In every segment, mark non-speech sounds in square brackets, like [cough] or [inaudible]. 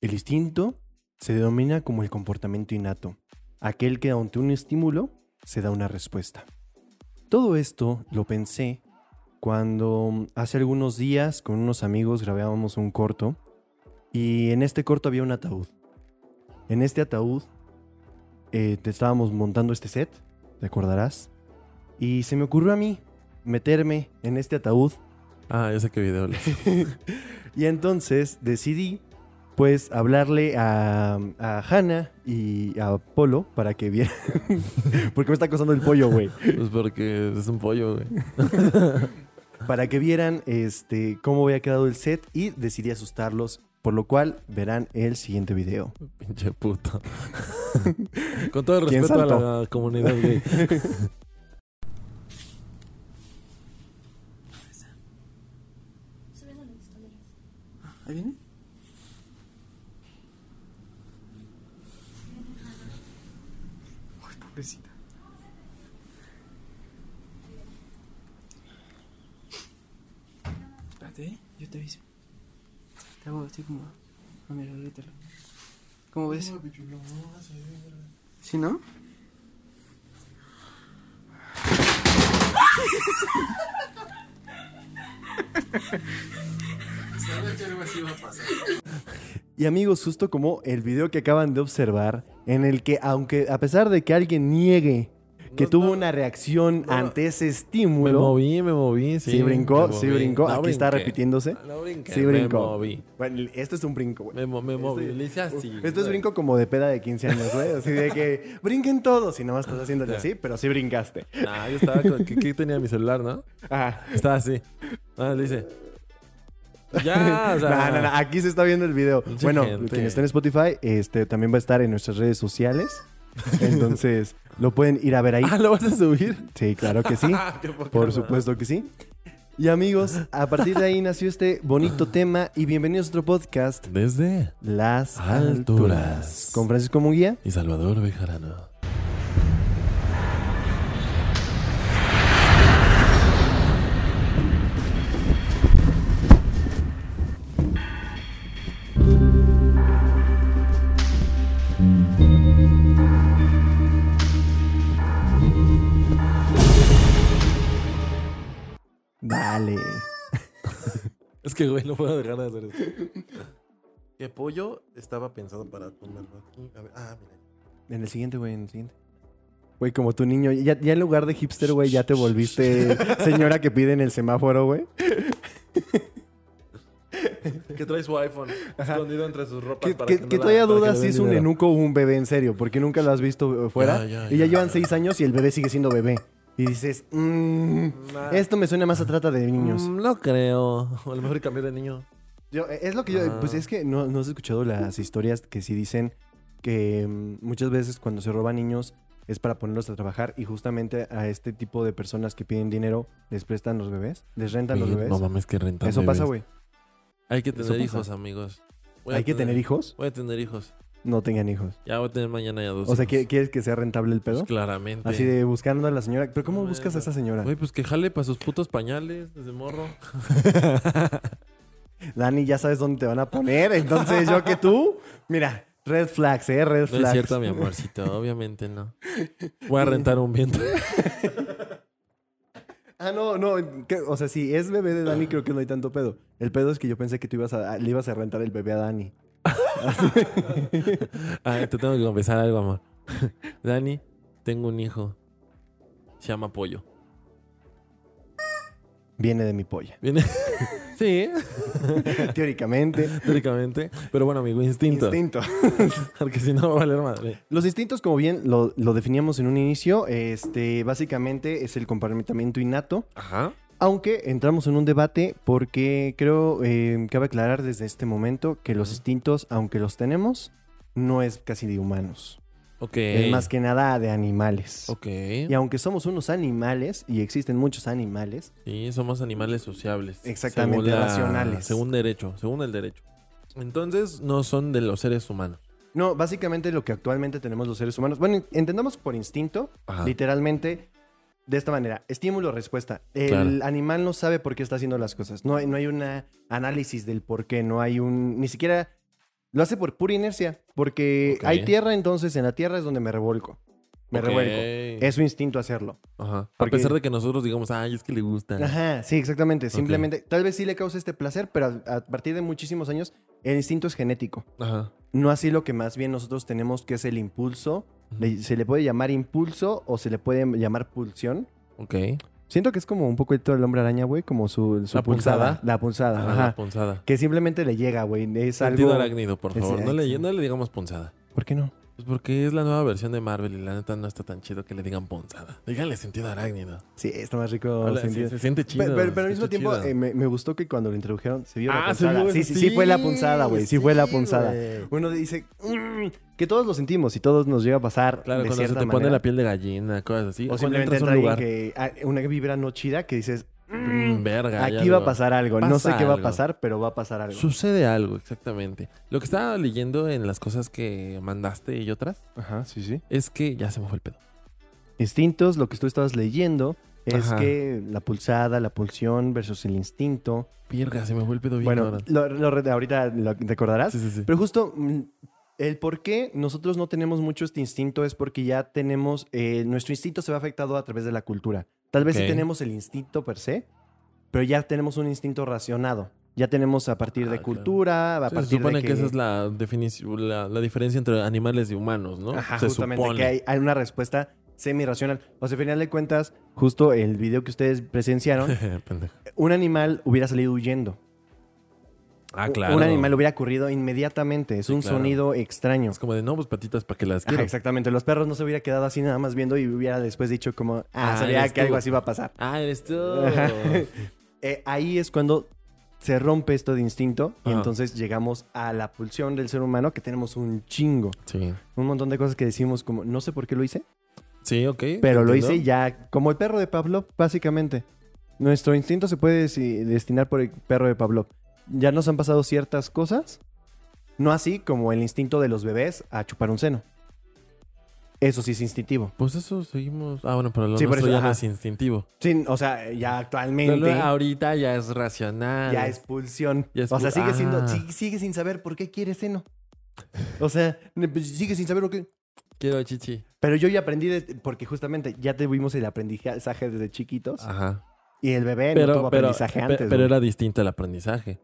El instinto se denomina como el comportamiento innato, aquel que ante un estímulo se da una respuesta. Todo esto lo pensé cuando hace algunos días con unos amigos grabábamos un corto y en este corto había un ataúd. En este ataúd eh, te estábamos montando este set, te acordarás, y se me ocurrió a mí meterme en este ataúd Ah, ya sé qué video. les- [laughs] y entonces decidí, pues, hablarle a, a Hannah y a Polo para que vieran. [laughs] Porque me está acosando el pollo, güey. Pues porque es un [laughs] pollo, güey. Para que vieran este, cómo había quedado el set y decidí asustarlos. Por lo cual verán el siguiente video. Pinche puto. [laughs] Con todo el ¿Quién respeto a saltó? la comunidad [laughs] gay. ¿Ahí viene? Ay, pobrecita. Espérate, ¿eh? yo te aviso. Te hago así como. Ah, mira, ahorítalo. ¿Cómo ves? ¿Sí, no? Y amigos, justo como el video que acaban de observar, en el que, aunque a pesar de que alguien niegue que No, tuvo no. una reacción ante ese Me estímulo, moví, me moví. Sí, Sí, brincó, me sí moví. brincó. No Aquí está brinqué. repitiéndose. No brinqué, Sí brincó. Me moví. Bueno, esto es un brinco, güey. Me, mo- me movilicé así. Esto es güey. brinco como de peda de 15 años, güey. Así de que brinquen todos y nomás estás haciéndole así, pero sí brincaste. Nah, yo estaba con. ¿Qué, qué tenía mi celular, no? Ajá. Estaba así. Ah, le hice. [laughs] Ya, o sea. No, no, no, aquí se está viendo el video. Mucha Bueno, gente. quien está en Spotify, este también va a estar en nuestras redes sociales. Entonces, lo pueden ir a ver ahí. [laughs] Ah, ¿lo vas a subir? Sí, claro que sí. Qué poca Por madre. supuesto que sí. Y amigos, a partir de ahí nació este bonito tema y bienvenidos a otro podcast, Desde Las Alturas. Alturas. Con Francisco Munguía. y Salvador Bejarano. Dale. Es que, güey, no puedo dejar de hacer esto. [laughs] ¿Qué pollo estaba pensado para comerlo aquí? A ver, ah, mira. En el siguiente, güey, en el siguiente. Güey, como tu niño, ya, ya en lugar de hipster, güey, ya te volviste señora que pide en el semáforo, güey. Que trae su iPhone escondido entre sus ropas. Que, para que, no que la- todavía para que dudas le si den es un dinero. enuco o un bebé en serio, porque nunca lo has visto eh, fuera. Ya, ya, y ya ya. llevan seis años y el bebé sigue siendo bebé. Y dices, "Mm, Nah. esto me suena más a trata de niños. Mm, no creo. A lo mejor cambió de niño. Yo, eh, es lo que yo, Ah. pues es que no, no has escuchado las historias que sí dicen que mm, muchas veces cuando se roban niños es para ponerlos a trabajar y justamente a este tipo de personas que piden dinero les prestan los bebés, les rentan los Oye, bebés. No mames, que rentan. Eso pasa, bebés. güey. Hay que Eso tener pasa. hijos, amigos. Voy a Hay que tener hijos, Voy a tener hijos. no tengan hijos. Ya voy a tener mañana ya dos. O sea, hijos. ¿quie- ¿quieres que sea rentable el Pues pedo? claramente. Así de buscando a la señora. ¿Pero cómo Bueno. buscas a esa señora? Güey, pues que jale para sus putos pañales desde [laughs] morro. Dani, ya sabes dónde te van a poner. Entonces, yo que tú, mira, red flags, ¿eh? Red No es flags. cierto, mi amorcito. [laughs] Obviamente no. Voy a rentar un vientre. Ah, no, no. que- o sea, si es bebé de Dani, creo que no hay tanto pedo. El pedo es que yo pensé que tú ibas a, le ibas a rentar el bebé a Dani. Ay, Ah, te tengo que confesar algo, amor. [laughs] Dani, tengo un hijo. Se llama Pollo. Viene de mi [laughs] polla. [laughs] Viene. sí, Teóricamente. teóricamente. Pero bueno, amigo, instinto. Instinto. Porque si no, va a valer madre. Los instintos, como bien lo, lo definíamos en un inicio, este, básicamente es el comportamiento innato Ajá. Aunque entramos en un debate porque creo, eh, cabe aclarar desde este momento que los instintos, aunque los tenemos, no es casi de humanos. Ok. Es más que nada de animales. Ok. Y aunque somos unos animales, y existen muchos animales, Sí, somos animales sociables. Exactamente, Según racionales. Según derecho, según el derecho. Entonces, no son de los seres humanos. no, básicamente lo que actualmente tenemos los seres humanos, bueno, entendamos por instinto, Ajá. literalmente, de esta manera, estímulo, respuesta. El Claro. animal no sabe por qué está haciendo las cosas, no hay, no hay un análisis del por qué, no hay un, ni siquiera... Lo hace por pura inercia, porque Ok. hay tierra, entonces en la tierra es donde me revolco. Me Ok. revuelco. Es su instinto hacerlo. Ajá. Porque- A pesar de que nosotros digamos, ay, es que le gusta. Ajá, sí, exactamente. Simplemente, tal vez sí le causa este placer, pero a, a partir de muchísimos años, el instinto es genético. Ajá. No así lo que más bien nosotros tenemos, que es el impulso. Le- se le puede llamar impulso o se le puede llamar pulsión. Ok. Siento que es como un poco el del hombre araña, güey, como su, su La punzada. La pulsada, Ah, ajá. la Ponzada. Que simplemente le llega, güey. Es Sentido algo... arácnido, por es- favor. No le, sí. no le digamos ponzada. ¿Por qué no? Pues porque es la nueva versión de Marvel y la neta no está tan chido que le digan ponzada. Díganle sentido arácnido. Sí, está más rico. Hola, sí, sentido. se, siente Pe- chido. Pero, pero, al se mismo escucha tiempo chido. eh, me, me gustó que cuando lo introdujeron se vio la Ah, se punzada. vio- sí, sí, sí, fue la punzada, güey. Sí, fue la sí, punzada. güey. Uno dice "Mm", que todos lo sentimos y todos nos llega a pasar. Claro, de cuando se cierta te pone manera. la piel de gallina, cosas así. O cuando simplemente entras a entra alguien que ah, una vibra no chida que dices, Mm, verga. ya aquí va a lo- pasar algo. no sé Pasa qué va a algo. pasar, pero va a pasar algo. Sucede algo, exactamente. Lo que estaba leyendo en las cosas que mandaste y otras Ajá, sí, sí. es que ya se me fue el pedo. Instintos, lo que tú estabas leyendo es Ajá. que la pulsada, la pulsión versus el instinto. Verga, se me fue el pedo bien. Bueno, cabrón. lo, lo re- ahorita lo recordarás. sí, sí, sí. Pero justo mm, el por qué nosotros no tenemos mucho este instinto es porque ya tenemos, eh, nuestro instinto se ve afectado a través de la cultura. Tal vez Ok. sí tenemos el instinto per se, pero ya tenemos un instinto racionado. Ya tenemos a partir Ah, de claro. cultura, a Sí, partir se supone de que... esa es la definición, la, la diferencia entre animales y humanos, ¿no? Ajá, se justamente que [laughs] hay, hay una respuesta semi-racional. O sea, al final de cuentas, justo el video que ustedes [laughs] presenciaron, Pendejo. un animal hubiera salido huyendo. ah, Un- claro. Un animal hubiera corrido inmediatamente. Es Sí, un claro. sonido extraño. Es como de, no, pues patitas para que las Ajá, quiero. exactamente. Los perros no se hubiera quedado así nada más viendo y hubiera después dicho como, ah, Ah, sabía eres que tú. algo así va a pasar. ah, [laughs] eres tú. Ajá. Eh, ahí es cuando se rompe esto de instinto y Ajá. entonces llegamos a la pulsión del ser humano que tenemos un chingo. sí. Un montón de cosas que decimos como, no sé por qué lo hice, Sí, ok. pero lo entiendo. hice ya como el perro de Pavlov, básicamente. Nuestro instinto se puede desi- destinar por el perro de Pavlov. Ya nos han pasado ciertas cosas, no así como el instinto de los bebés a chupar un seno. Eso sí es instintivo. Pues eso seguimos. Ah, bueno, pero lo Sí, por nuestro eso, ya no ajá. es instintivo. Sí, o sea, ya Pero actualmente lo- ahorita ya es racional. ya es pulsión. Ya es o sea, pul- sigue siendo, Ah. sí- sigue sin saber por qué quiere seno. O sea, ne- pues, sigue sin saber por qué. Quiero chichi. Pero yo ya aprendí, de- porque justamente ya tuvimos el aprendizaje desde chiquitos Ajá. y el bebé no Ah. Pero, tuvo pero, aprendizaje pe- antes. pero güey. era distinto el aprendizaje.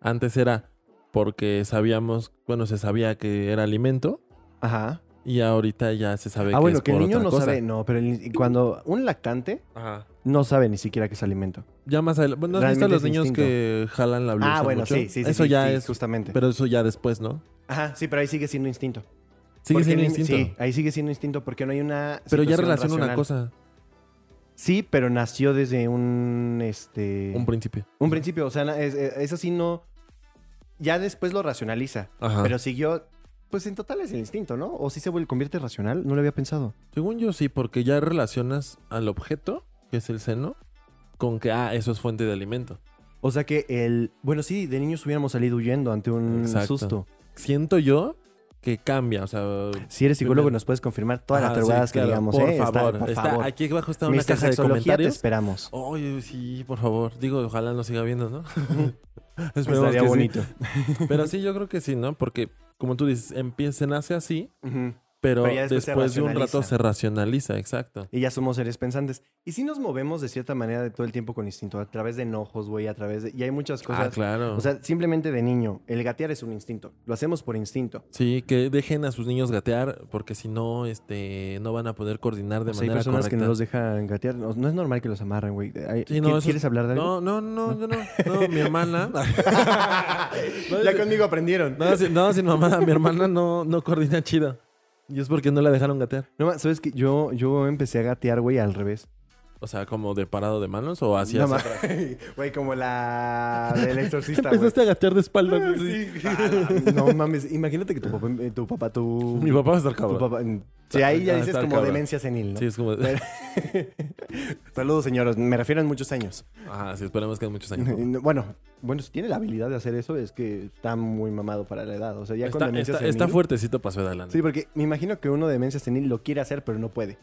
Antes era porque sabíamos, bueno, se sabía que era alimento Ajá. y ahorita ya se sabe Ah, que bueno, es que el por niño otra no cosa. sabe, no, pero el- cuando un lactante Ajá. no sabe ni siquiera que es alimento. Ya más adelante. Bueno, ¿has visto Realmente los es niños que jalan la blusa? ah, bueno, mucho? sí, sí, sí. Eso sí, ya sí, es. Justamente. Pero eso ya después, ¿no? Ajá, sí, pero ahí sigue siendo instinto. Sigue Porque siendo el niño- instinto. Sí, ahí sigue siendo instinto porque no hay una. pero ya situación relaciona una racional. cosa, Sí, pero nació desde un este un un, principio. principio, o sea, na- es- es- eso sí no ya después lo racionaliza, Ajá. pero siguió pues en total es el instinto, ¿no? O si se vuelve, convierte racional, no lo había pensado. Según yo sí, porque ya relacionas al objeto, que es el seno, con que, ah, eso es fuente de alimento. O sea que el bueno, sí, de niños hubiéramos salido huyendo ante un Exacto. susto. Siento yo que cambia, o sea... Si eres psicólogo Primero. nos puedes confirmar todas ah, las sí, drogadas que claro, digamos, por ¿eh? Está- Favor. por Está- favor. aquí abajo está una Mr. caja de Sexología, te comentarios. esperamos. Oye, sí, por favor. Digo, ojalá nos siga viendo, ¿no? Esperemos Estaría que sí. bonito. Pero sí, yo creo que sí, ¿no? Porque, como tú dices, empieza, se nace así, [laughs] Ujú. pero, Pero ya después, después se de un rato racionaliza. se racionaliza, exacto. Y ya somos seres pensantes. Y si nos movemos de cierta manera de todo el tiempo con instinto, a través de enojos, güey, a través de... Y hay muchas cosas. ah, claro. O sea, simplemente de niño, el gatear es un instinto. Lo hacemos por instinto. Sí, que dejen a sus niños gatear porque si no, este, no van a poder coordinar de O sea, Pues hay manera personas correcta. que no los dejan gatear. No, no es normal que los amarren, güey. Ay, Sí, no, ¿qui- eso es- ¿Quieres hablar de algo? [laughs] No, no, no, yo no, no, mi hermana. [laughs] ya conmigo aprendieron. No, sin, no, sin mamá, mi hermana no, no coordina chido. Y es porque no la dejaron gatear. No, ma, ¿sabes que Yo, yo empecé a gatear, güey, al revés. O sea, como de parado de manos o hacia. No, hacia ma- [laughs] atrás? Güey, como la del exorcista, güey. Empezaste a gatear de espaldas. Sí. Ah, No mames, imagínate que tu papá, eh, tu papá, tu... Mi papá va a estar tu cabrón. papá... Sí, ahí ya Ah, dices está como cabrón. demencia senil, ¿no? Sí, es como. [laughs] Saludos, señores. Me refiero en muchos años. [laughs] Ajá, sí, esperemos que en muchos [laughs] años. No, Bueno, bueno, si tiene la habilidad de hacer eso, es que está muy mamado para la edad. O sea, ya con Está, demencia está, senil. está fuertecito pasó de adelante. Sí, porque me imagino que uno de demencia senil lo quiere hacer, pero no puede.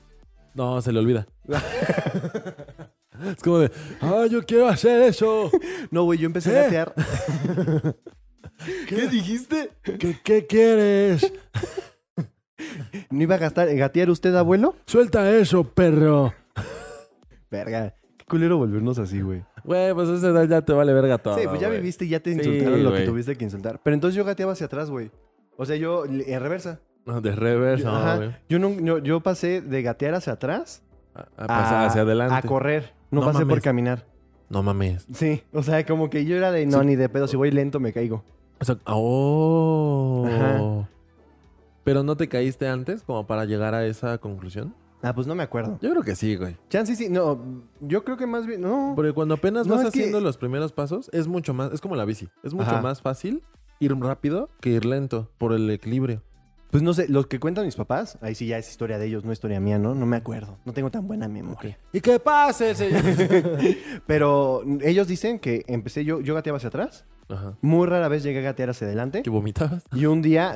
No, se [laughs] le olvida. es como de, ah, yo quiero hacer eso. No, güey, yo empecé ¿Eh? a gatear. [laughs] ¿Qué dijiste? ¿Qué, qué quieres? ¿No iba a gastar, gatear usted, abuelo? Suelta eso, perro. Verga, qué culero volvernos así, güey. Güey, pues a esa edad ya te vale verga todo. Sí, pues ya güey. viviste y ya te Sí, insultaron lo que güey. tuviste que insultar. Pero entonces yo gateaba hacia atrás, güey. O sea, yo le- en reversa. No, de reversa, Ajá. güey. Yo, no- yo, yo pasé de gatear hacia atrás A, a pasar hacia adelante. Ah, a correr. No, No pasé por mames. caminar. no mames. Sí, o sea, como que yo era de no, Sí. ni de pedo. Si voy lento me caigo. O sea, oh. Ajá. Pero no te caíste antes como para llegar a esa conclusión? Ah, pues no me acuerdo. Yo creo que sí, güey. Chance sí, no. Yo creo que más bien. No. Porque cuando apenas No, vas es que- haciendo los primeros pasos, es mucho más, es como la bici, es mucho Ajá. más fácil ir rápido que ir lento por el equilibrio. Pues no sé, los que cuentan mis papás, ahí sí ya es historia de ellos, no historia mía, ¿no? No me acuerdo. No tengo tan buena memoria. Y que pase, señor. Pero mm, ellos dicen que empecé yo, yo gateaba hacia atrás. [laughs] Ajá. Muy rara vez llegué a gatear hacia adelante. ¿Que vomitabas? Y un día,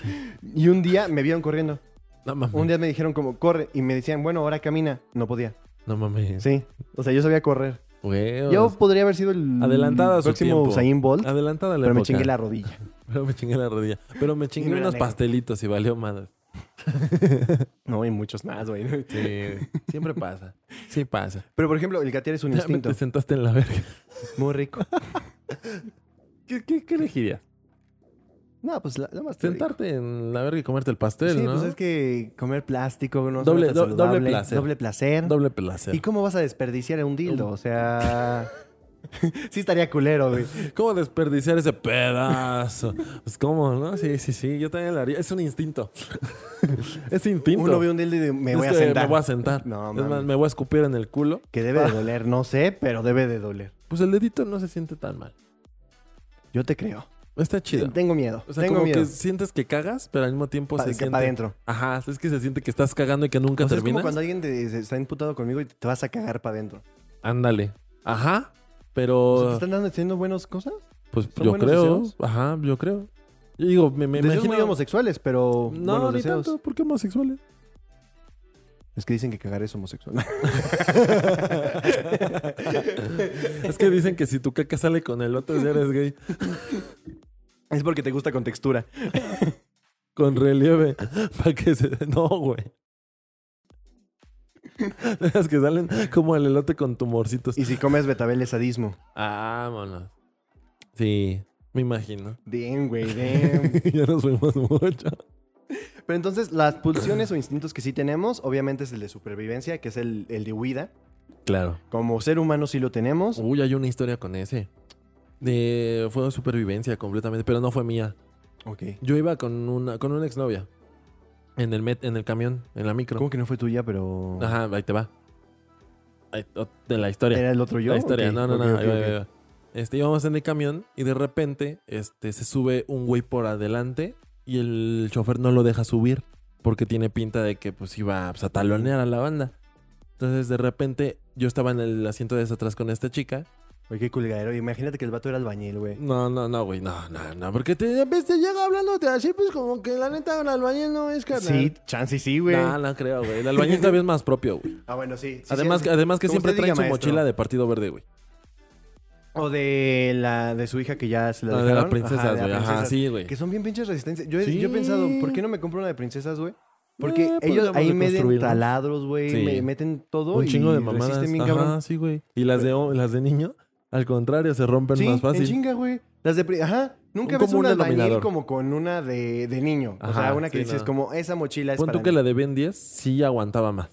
[laughs] y un día me vieron corriendo. No mames. Un día me dijeron como, corre. Y me decían, bueno, ahora camina. No podía. No mames. Sí. O sea, yo sabía correr. Huevos. Yo podría haber sido el Adelantada a su próximo tiempo. Usain Bolt, Adelantada la pero me época. chingué la rodilla. [laughs] Pero me chingué la rodilla. Pero me Y chingué no era unos negro. pastelitos y valió madre. No, y muchos más, güey. [laughs] Sí, siempre pasa. Sí pasa. Pero, por ejemplo, el gatear es un Ya me instinto. te sentaste en la verga. Muy [laughs] rico. ¿Qué, qué, qué elegirías? No, pues la, la más te digo. Sentarte en la verga y comerte el pastel, Sí, ¿no? pues es que comer plástico no Doble- suena tan do- doble saludable. placer. Doble placer. Doble placer. ¿Y cómo vas a desperdiciar un dildo? O [laughs] sea... [laughs] sí estaría culero, güey. ¿Cómo desperdiciar ese pedazo? Pues cómo, ¿no? Sí, sí, sí. Yo también lo haría. Es un instinto. [laughs] es instinto. Uno ve un dildo y dice, me Es voy a que sentar. Me voy a sentar. No, es más, mames. me voy a escupir en el culo. Que debe [laughs] de doler, no sé, pero debe de doler. Pues el dedito no se siente tan mal. Yo te creo. Está chido. Tengo miedo. O sea, tengo como miedo. que sientes que cagas, pero al mismo tiempo Pa- se que siente... pa' adentro. Ajá, es que se siente que estás cagando y que nunca O sea, es como terminas. cuando alguien te dice, está imputado conmigo y te vas a cagar para adentro. Ándale. Ajá, O sea, ¿Te pero... están dando haciendo buenas cosas? Pues ¿Son yo buenos creo. deseos? Ajá, yo creo. Yo digo, me, me deseos imagino... muy homosexuales, pero no, buenos ni deseos. tanto. ¿Por qué homosexuales? Es que dicen que cagar es homosexual. [laughs] es que dicen que si tu caca sale con el otro, ya eres gay. es porque te gusta con textura. Con relieve. Para que se... No, güey. Las que salen como el elote con tumorcitos. Y si comes betabel es sadismo. Vámonos. Sí, me imagino. Bien, güey, bien. [laughs] ya nos fuimos mucho. [laughs] Pero entonces, las pulsiones o instintos que sí tenemos, obviamente es el de supervivencia, que es el, el de huida. Claro. Como ser humano sí lo tenemos. Uy, hay una historia con ese. De, fue de supervivencia completamente, pero no fue mía. Ok. Yo iba con una, con una exnovia. En el, met, en el camión, en la micro. ¿Cómo que no fue tuya, pero. Ajá, ahí te va. Ahí- o- De la historia. ¿Era el otro yo? La historia, Ok, no, no, ok, no. ok, ahí va, ok. ahí va. Este, íbamos en el camión y de repente este, se sube un güey por adelante y el chofer no lo deja subir porque tiene pinta de que pues iba pues, a talonear a la banda. Entonces de repente yo estaba en el asiento de atrás con esta chica. Oye, qué culgadero. Imagínate que el vato era albañil, güey. No, no, no, güey, no, no, no, porque te, pues, te llega hablándote así pues como que la neta el albañil no es carnal. Sí, chance y sí, güey. No, no creo, güey. El albañil todavía es más propio, güey. Ah, bueno, sí. sí, además, sí, que- además que como siempre usted trae diga, su maestro. mochila de partido verde, güey. O de la de su hija que ya se la Ah, de dejaron. las princesas, de las güey. Ajá, princesas, sí, güey. Que son bien pinches resistencias. Yo, he- Sí. yo he pensado, ¿por qué no me compro una de princesas, güey? Porque Eh, ellos podríamos ahí meten reconstruirnos. taladros, güey. Sí. me- Meten todo un y chingo de mamadas. resisten bien Ajá, cabrón. sí, güey. Y las de las de niño, al contrario, se rompen Sí, más en fácil. chinga, güey. Las de... pri- Ajá. Nunca Un- ves como un una albañil denominador. como con una de, de niño. o sea, Ajá, una que sí, dices no. como, esa mochila es Pon tú para que mí". la de Ben 10 sí aguantaba más.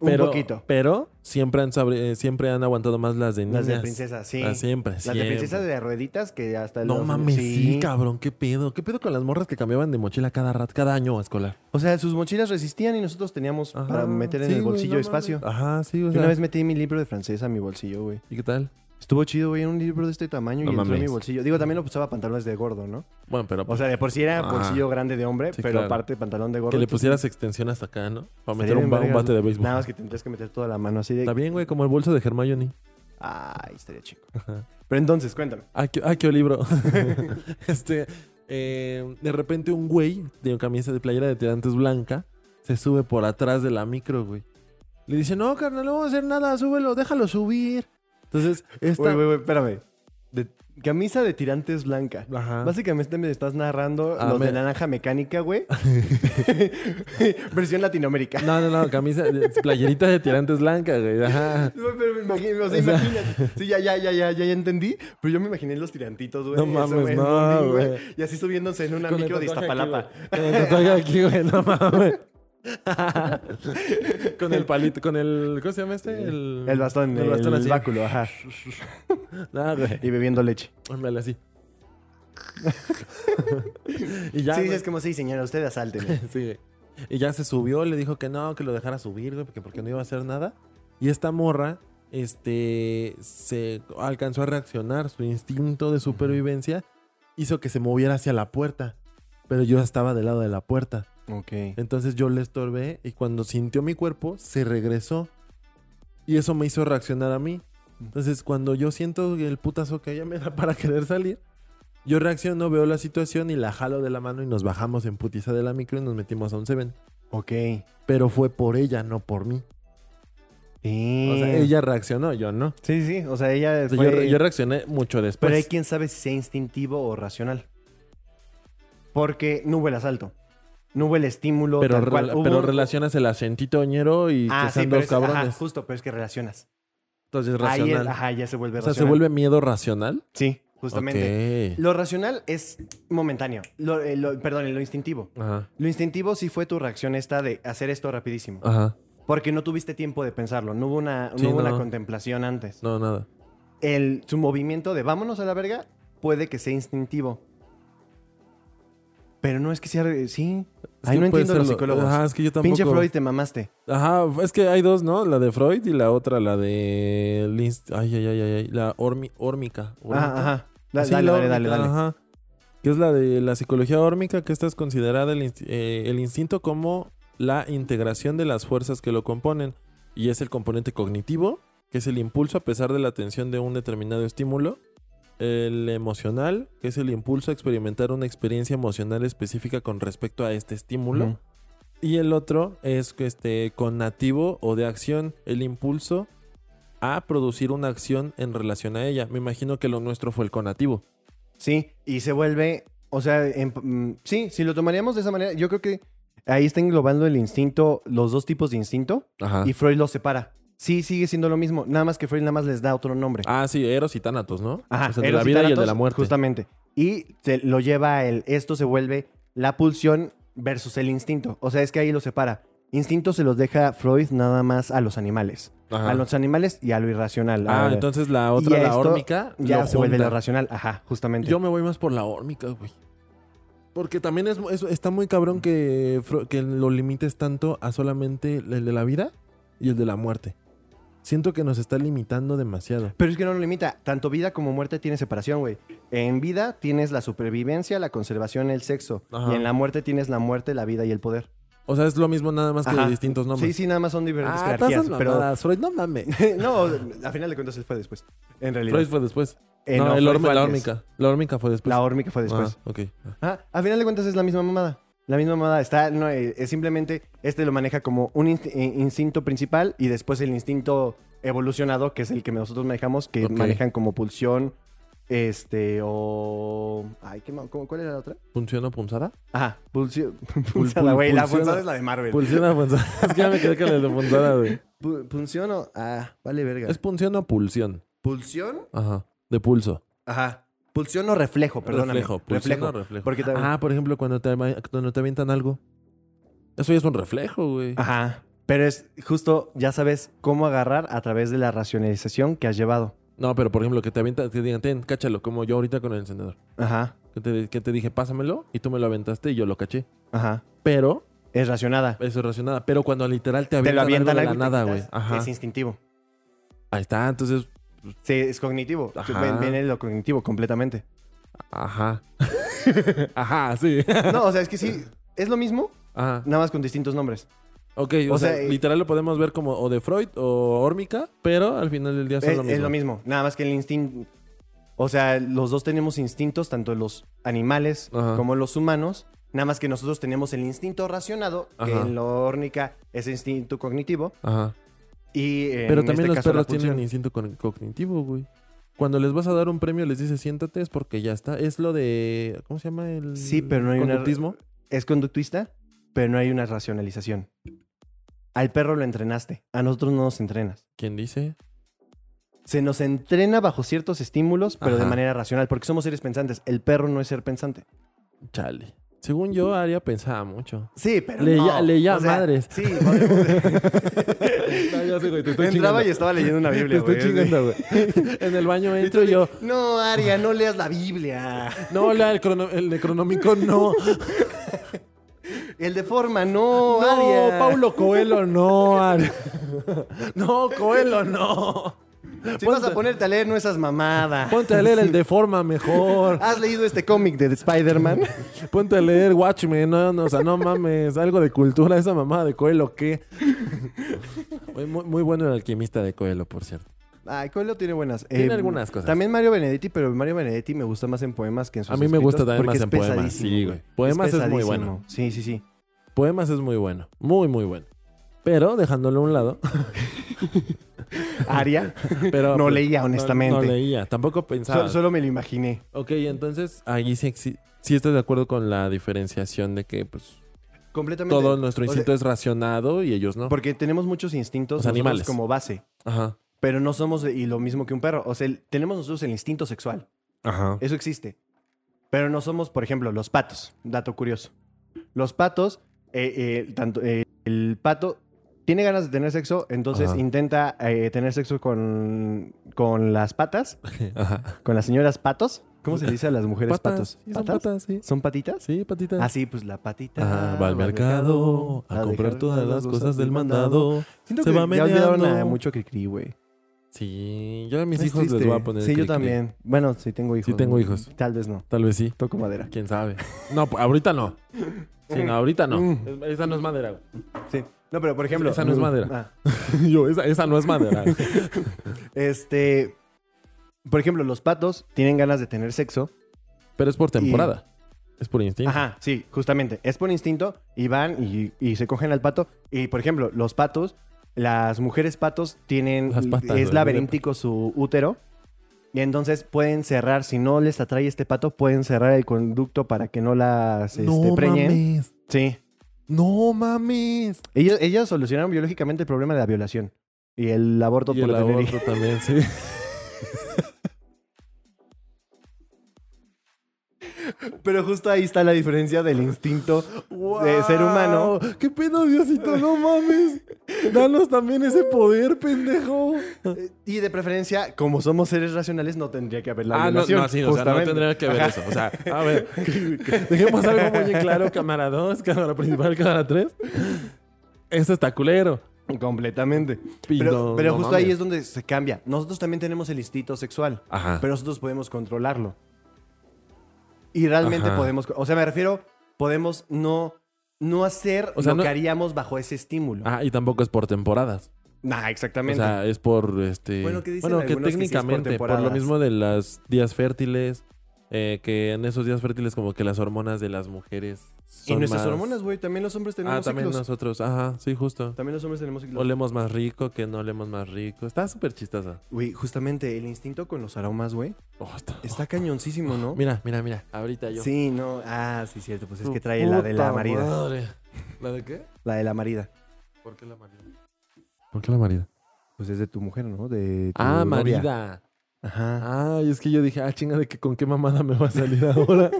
Un Pero, poquito. Pero siempre han sabre- eh, siempre han aguantado más las de Las niñas. de princesas, sí. Ah, siempre, Las de siempre. princesas de rueditas que hasta No los- mames, sí. sí. cabrón, qué pedo. ¿Qué pedo con las morras que cambiaban de mochila cada rato, cada año escolar? O sea, sus mochilas resistían y nosotros teníamos Ajá, para meter en sí, el güey, bolsillo no espacio. mames. Ajá, sí, o Yo sea. una vez metí mi libro de francés a mi bolsillo, güey. ¿Y qué tal? Estuvo chido, güey, era un libro de este tamaño No y entró en mi mames. bolsillo. Digo, también lo usaba pantalones de gordo, ¿no? Bueno, pero O sea, de por sí era Ah. bolsillo grande de hombre, Sí, pero claro. aparte pantalón de gordo. que le entonces, pusieras extensión hasta acá, ¿no? Para meter estaría un, ba- bien un vergas. bate de béisbol. Nada más que tendrías que meter toda la mano así de... Está bien, güey, como el bolso de Hermione. Ay, estaría chico. Pero entonces, cuéntame. Ah, qué, ah, qué libro. [laughs] este, eh, de repente un güey de camisa de playera de tirantes blanca se sube por atrás de la micro, güey. Le dice, no, carnal, no vamos a hacer nada, súbelo, déjalo subir. Entonces, esta... Güey, güey, güey, espérame. De- Camisa de tirantes blanca. Ajá. Básicamente me estás narrando Ah, los me- de naranja mecánica, [laughs] güey. [laughs] Versión Latinoamérica. No, no, no, camisa, playerita de tirantes blanca, güey. Ajá. No, pero me imagino, o sea, [laughs] imagínate. Sí, ya, ya, ya, ya, ya, ya entendí. Pero yo me imaginé los tirantitos, güey. No eso, mames, güey, en no, bonding, güey. Y así subiéndose en una Con el micro de tatuaje Iztapalapa. aquí, güey. Con el tatuaje aquí, güey, no mames. [laughs] con el palito, con el. ¿Cómo se llama este? El, El bastón, el, El bastón así. báculo, ajá. No, güey. Y bebiendo leche. Ándale, así. [laughs] y ya. sí, güey. es como, sí, señora, usted asálteme. [laughs] Sí, güey. Y ya se subió, le dijo que no, que lo dejara subir, güey, porque, porque no iba a hacer nada. Y esta morra, este, se alcanzó a reaccionar. Su instinto de supervivencia hizo que se moviera hacia la puerta. Pero yo estaba del lado de la puerta. ok. Entonces yo le estorbé y cuando sintió mi cuerpo, se regresó. Y eso me hizo reaccionar a mí. Entonces cuando yo siento el putazo que ella me da [laughs] para querer salir, yo reacciono, veo la situación y la jalo de la mano y nos bajamos en putiza de la micro y nos metimos a un Seven. Ok. Pero fue por ella, no por mí. Sí. O sea, ella reaccionó, yo no. Eh. Sí, sí, o sea, ella O Mm. sea, fue- yo, pues yo reaccioné mucho después. Pero hay quien sabe si sea instintivo o racional. Porque no hubo el asalto. No hubo el estímulo. Pero tal rela- cual. Hubo- pero relacionas el acentito ñero y Ah, que sí, sean pero dos es, ajá, cabrones. justo, pero es que relacionas. Entonces, Ahí es- racional. ajá, ya se vuelve o sea, racional. se vuelve miedo racional. Sí, justamente. Lo racional es momentáneo. Lo, eh, lo- perdón, lo instintivo. Ok. Ajá. Lo instintivo sí fue tu reacción esta de hacer esto rapidísimo. Ajá. Porque no tuviste tiempo de pensarlo. No hubo una, no Sí, hubo una no. contemplación antes. No, nada. El, su movimiento de vámonos a la verga puede que sea instintivo. Pero no es que sea... re- Sí. Es Ahí que no puede entiendo a los serlo. psicólogos. Ajá, es que yo tampoco. Pinche Freud, te mamaste. Ajá, es que hay dos, ¿no? La de Freud y la otra, la de. Linst- Ay, ay, ay, ay, ay. La ormi- órmica. Ajá, ¿Órmica? ajá. Da- Ah, Sí, dale, la dale, dale, órmica, dale. Ajá. Que es la de la psicología órmica, que esta es considerada el, inst- eh, el instinto como la integración de las fuerzas que lo componen. Y es el componente cognitivo, que es el impulso a pesar de la atención de un determinado estímulo. El emocional, que es el impulso a experimentar una experiencia emocional específica con respecto a este estímulo. Ujú. Y el otro es que, este con nativo o de acción, el impulso a producir una acción en relación a ella. Me imagino que lo nuestro fue el conativo. Sí, y se vuelve, o sea, en- mm, sí, si lo tomaríamos de esa manera, yo creo que ahí está englobando el instinto, los dos tipos de instinto, Ajá. y Freud los separa. Sí, sigue siendo lo mismo, nada más que Freud nada más les da otro nombre. Ah, sí, Eros y Tánatos, ¿no? Ajá, O sea, el de Eros la vida y el de Tánatos, la muerte. Justamente. Y se lo lleva a el, esto se vuelve la pulsión versus el instinto. O sea, es que ahí lo separa. Instinto se los deja Freud nada más a los animales. Ajá. A los animales y a lo irracional. Ah, A- entonces la Y otra, a la esto órmica, Ya lo se vuelve lo junta. racional. Ajá, justamente. Yo me voy más por la órmica, güey. Porque también es, es- está muy cabrón que, Fro- que lo limites tanto a solamente el de la vida y el de la muerte. Siento que nos está limitando demasiado. Pero es que no lo limita. Tanto vida como muerte tiene separación, güey. En vida tienes la supervivencia, la conservación, el sexo. Ajá. Y en la muerte tienes la muerte, la vida y el poder. O sea, es lo mismo nada más que Ajá. de distintos Sí, nombres. sí, nada más son diferentes ah, jerarquías. tasas Pero... mamadas, Freud, no mames. [laughs] no, a final de cuentas él fue después. En realidad. Freud fue después. Eh, no, el Freud orme- fue la antes. órmica. pues. La órmica fue después. La hormiga fue después. Ah, ok. Ah, a final de cuentas es la misma mamada. La misma mamada está, no, eh, es simplemente, este lo maneja como un inst- eh, instinto principal y después el instinto evolucionado, que es el que nosotros manejamos, que Ok. manejan como pulsión, este, o... Ay, ¿qué, ma- cómo- ¿cuál era la otra? ¿Funciona punzada? Ajá, [laughs] pulsión. pul- güey. La pulsión. punzada es la de Marvel. Pulsiona punzada. [laughs] es que ya me quedé con el de punzada, güey. Pu- ¿Punción o...? Ah, vale verga. [laughs] ¿Es punción o pulsión? pulsión? Ajá. De pulso. Ajá. Pulsión o reflejo, perdóname. Reflejo. Pulsión o reflejo. Porque también- Ah, por ejemplo, cuando te, ama- cuando te avientan algo. Eso ya es un reflejo, güey. Ajá. Pero es justo, ya sabes cómo agarrar a través de la racionalización que has llevado. No, pero por ejemplo, que te avientan, que digan, ten, cáchalo, como yo ahorita con el encendedor. Ajá, Que te, que te dije, pásamelo, y tú me lo aventaste y yo lo caché. ajá. Pero, Es racionada. eso es racionada. Pero cuando literal te Te avientan, lo avientan algo de Pues, algo la y te nada, güey. quitas. Ajá. Es instintivo. Ahí está, entonces, Sí, es cognitivo. Ajá. Ven- Viene lo cognitivo [laughs] completamente. ajá. [laughs] ajá, sí. [laughs] No, o sea, es que sí, es lo mismo, Ajá. nada más con distintos nombres. Ok, o, O sea, sea, eh, literal lo podemos ver como o de Freud o Órmica, pero al final del día Eh, Es, son lo mismo. es lo mismo, nada más que el instinto... O sea, los dos tenemos instintos, tanto los animales Ajá. como los humanos. Nada más que nosotros tenemos el instinto racionado, que Ajá. en lo órnica es instinto cognitivo. Ajá. Y en Pero también este los caso, la perros tienen pulsión. instinto con- cognitivo, güey. Cuando les vas a dar un premio, les dices siéntate, es porque ya está. Es lo de. ¿Cómo se llama el. Sí, pero no hay una- conductismo? Es conductista, pero no hay una racionalización. Al perro lo entrenaste, a nosotros no nos entrenas. ¿Quién dice? Se nos entrena bajo ciertos estímulos, pero de Ajá. manera racional, porque somos seres pensantes. El perro no es ser pensante. Chale. Según yo, Aria pensaba mucho. Sí, pero Le no. ya- le ya madres. Sí, podemos- [laughs] ya sé, güey, te entraba y estaba leyendo [laughs] una Te Biblia, estoy güey. chingando, güey. [laughs] En [laughs] el baño entro y yo. No, Aria, no leas la Biblia. No, la, el, crono- el necronómico no. El de forma, [laughs] no, No, Aria. Paulo Coelho no. Aria. [laughs] No, Coelho no. Si vas a ponerte a leer, no esas mamadas. Ponte a leer el de forma mejor. ¿Has leído este cómic de Spider-Man? Ponte a leer Watchmen, no, no, o sea, no mames, algo de cultura, esa mamada de Coelho, ¿qué? Muy, muy- muy bueno el alquimista de Coelho, por cierto. Ay, Coelho tiene buenas. em, Tiene algunas cosas. También Mario Benedetti, pero Mario Benedetti me gusta más en poemas que en sus A mí me escritos, gusta también porque más es en poemas, pesadísimo, sí, güey. Poemas es muy pesadísimo. bueno. Sí, sí, sí. Poemas es muy bueno, muy, muy bueno. Pero, dejándolo a un lado, [laughs] Aria, pero... no leía, honestamente. No, leía, tampoco [laughs] pensaba. Sol- solo me lo imaginé. Ok, entonces, ahí sí, exi- sí estás de acuerdo con la diferenciación de que, pues, Completamente. todo nuestro O sea, instinto es racionado y ellos no. Porque tenemos muchos instintos Los nosotros animales. como base, Ajá, pero no somos de- y lo mismo que un perro. O sea, el- tenemos nosotros el instinto sexual. ajá. Eso existe. Pero no somos, por ejemplo, los patos. Dato curioso. Los patos, eh, eh, tanto, eh, el pato tiene ganas de tener sexo, entonces Ajá. intenta eh, tener sexo con, con las patas, [laughs] Ajá. con las señoras patos. ¿Cómo se le dice a las mujeres patos? Sí, son patas, sí. ¿Son patitas? Sí, patitas. Ah, sí, pues la patita. Ajá, va al mercado a comprar dejar todas las cosas del mandado. Siento Se que va ya olvidaron a meneando. mucho cri-cri, güey. Sí, yo a mis Es hijos les triste. voy a poner. Sí, yo cri-cri. también. Bueno, sí tengo hijos. Sí tengo ¿no? hijos. Tal vez no. Tal vez sí. Toco madera. Quién sabe. No, pues, ahorita no. Sí, no, ahorita no. Mm. Es- Esa no es madera. Sí. No, pero por ejemplo. Esa no es madera. Ah. güey. [laughs] Yo, esa, esa no es [laughs] madera. Este. Por ejemplo, los patos tienen ganas de tener sexo. Pero es por temporada. Es por instinto. Ajá, sí, justamente. Es por instinto y van y, y se cogen al pato. Y por ejemplo, los patos, las mujeres patos tienen. Las patas, es güey, laberíntico su útero. Y entonces pueden cerrar, si no les atrae este pato, pueden cerrar el conducto para que no las este, preñen. mames. Sí. No mames. Ellos, ellas solucionaron biológicamente el problema de la violación. Y el aborto Y por el tener aborto también, sí. Pero justo ahí está la diferencia del instinto [laughs] de ser humano. Wow, ¿Qué pedo, Diosito? [laughs] No mames. Danos también ese poder, pendejo. Eh, Y de preferencia, como somos seres racionales, no tendría que haber la ah, no, violación. no, sí, o sea, no justamente. tendría que ver Ajá. eso. O sea, a ver, dejemos algo muy en claro, cámara 2, cámara principal, cámara 3. Eso está culero. [laughs] Completamente. Y Pero, no- pero no justo mames. ahí es donde se cambia. Nosotros también tenemos el instinto sexual, Ajá. pero nosotros podemos controlarlo. Y realmente Ajá. podemos... O sea, me refiero, podemos no, no hacer O sea, lo no- que haríamos bajo ese estímulo. Ah, y tampoco es por temporadas. Nah, O exactamente. sea, es por este. Bueno, que dicen que algunos que sí es por técnicamente, por, lo temporadas. mismo de los días fértiles, eh, que en esos días fértiles, como que las hormonas de las mujeres. y Son nuestras más- hormonas, güey, también los hombres tenemos Ah, también ciclos. nosotros. Ajá, sí, justo. También los hombres tenemos ciclos. Olemos más rico, que no olemos más rico. Está súper chistosa. Güey, justamente el instinto con los aromas, güey, está cañoncísimo, ¿no? Mira, mira, mira. Ahorita yo. Sí, no. Ah, sí, cierto. Pues es Tu que trae la de la puta marida. madre. [laughs] ¿La de qué? La de la marida. ¿Por qué la marida? ¿Por qué la marida? Pues es de tu mujer, ¿no? De tu novia. Ah, marida. Ah, Ajá. Ay, es que yo dije, ah, chinga, de que con qué mamada me va a salir [laughs] ahora.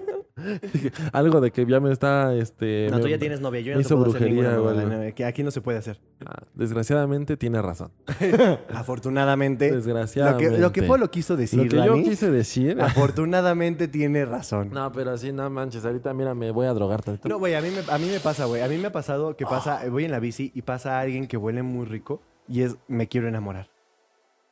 Dije, algo de que ya me está, este... No, me- tú ya tienes novia. Yo ya me no hizo te puedo hacer brujería, ninguna güey. mamada, no, que Aquí no se puede [laughs] hacer. Ah, desgraciadamente tiene razón. Afortunadamente. Eh, Lo Desgraciadamente. que, lo que Polo quiso Lo decir, que yo Dani, Ah. quise decir... afortunadamente tiene razón. No, pero sí, no manches. Ahorita, mira, me voy a drogar tantito. No, güey, a, mí me- a mí me pasa, güey. A mí me ha pasado que Ah. pasa, voy en la bici y pasa alguien que huele muy rico y es, me quiero enamorar.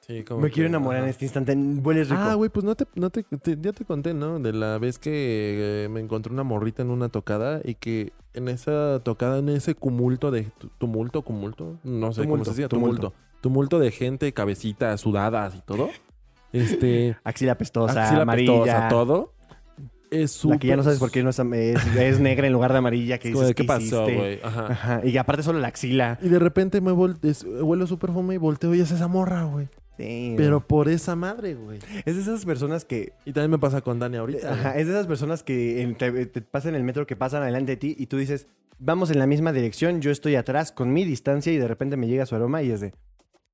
Sí, como Me que- quiero enamorar en ajá. este instante. Hueles rico. Ah, güey, pues no te, no te, te- ya te conté, ¿no? De la vez que eh, me encontré una morrita en una tocada y que en esa tocada, en ese cumulto de tu- tumulto, cumulto, no sé cómo Tumulto, se decía, tumulto. tumulto, tumulto de gente, cabecitas, sudadas y [laughs] todo. Este, Axila pestosa, axila amarilla. pestosa, todo. Es súper. La que ya no sabes por qué no es, am- es- es negra en lugar de amarilla. Que es como dices, de, ¿Qué pasó, hiciste?". güey? [laughs] Ajá. Ajá. Y aparte solo la axila. Y de repente me vol- es- huelo su perfume y volteo y es esa morra, güey. Damn. Pero por esa madre, güey. es de esas personas que. Y también me pasa con Dani ahorita. Ajá, güey. es de esas personas que en- te, te pasan el metro que pasan adelante de ti y tú dices, vamos en la misma dirección, yo estoy atrás con mi distancia y de repente me llega su aroma y es de,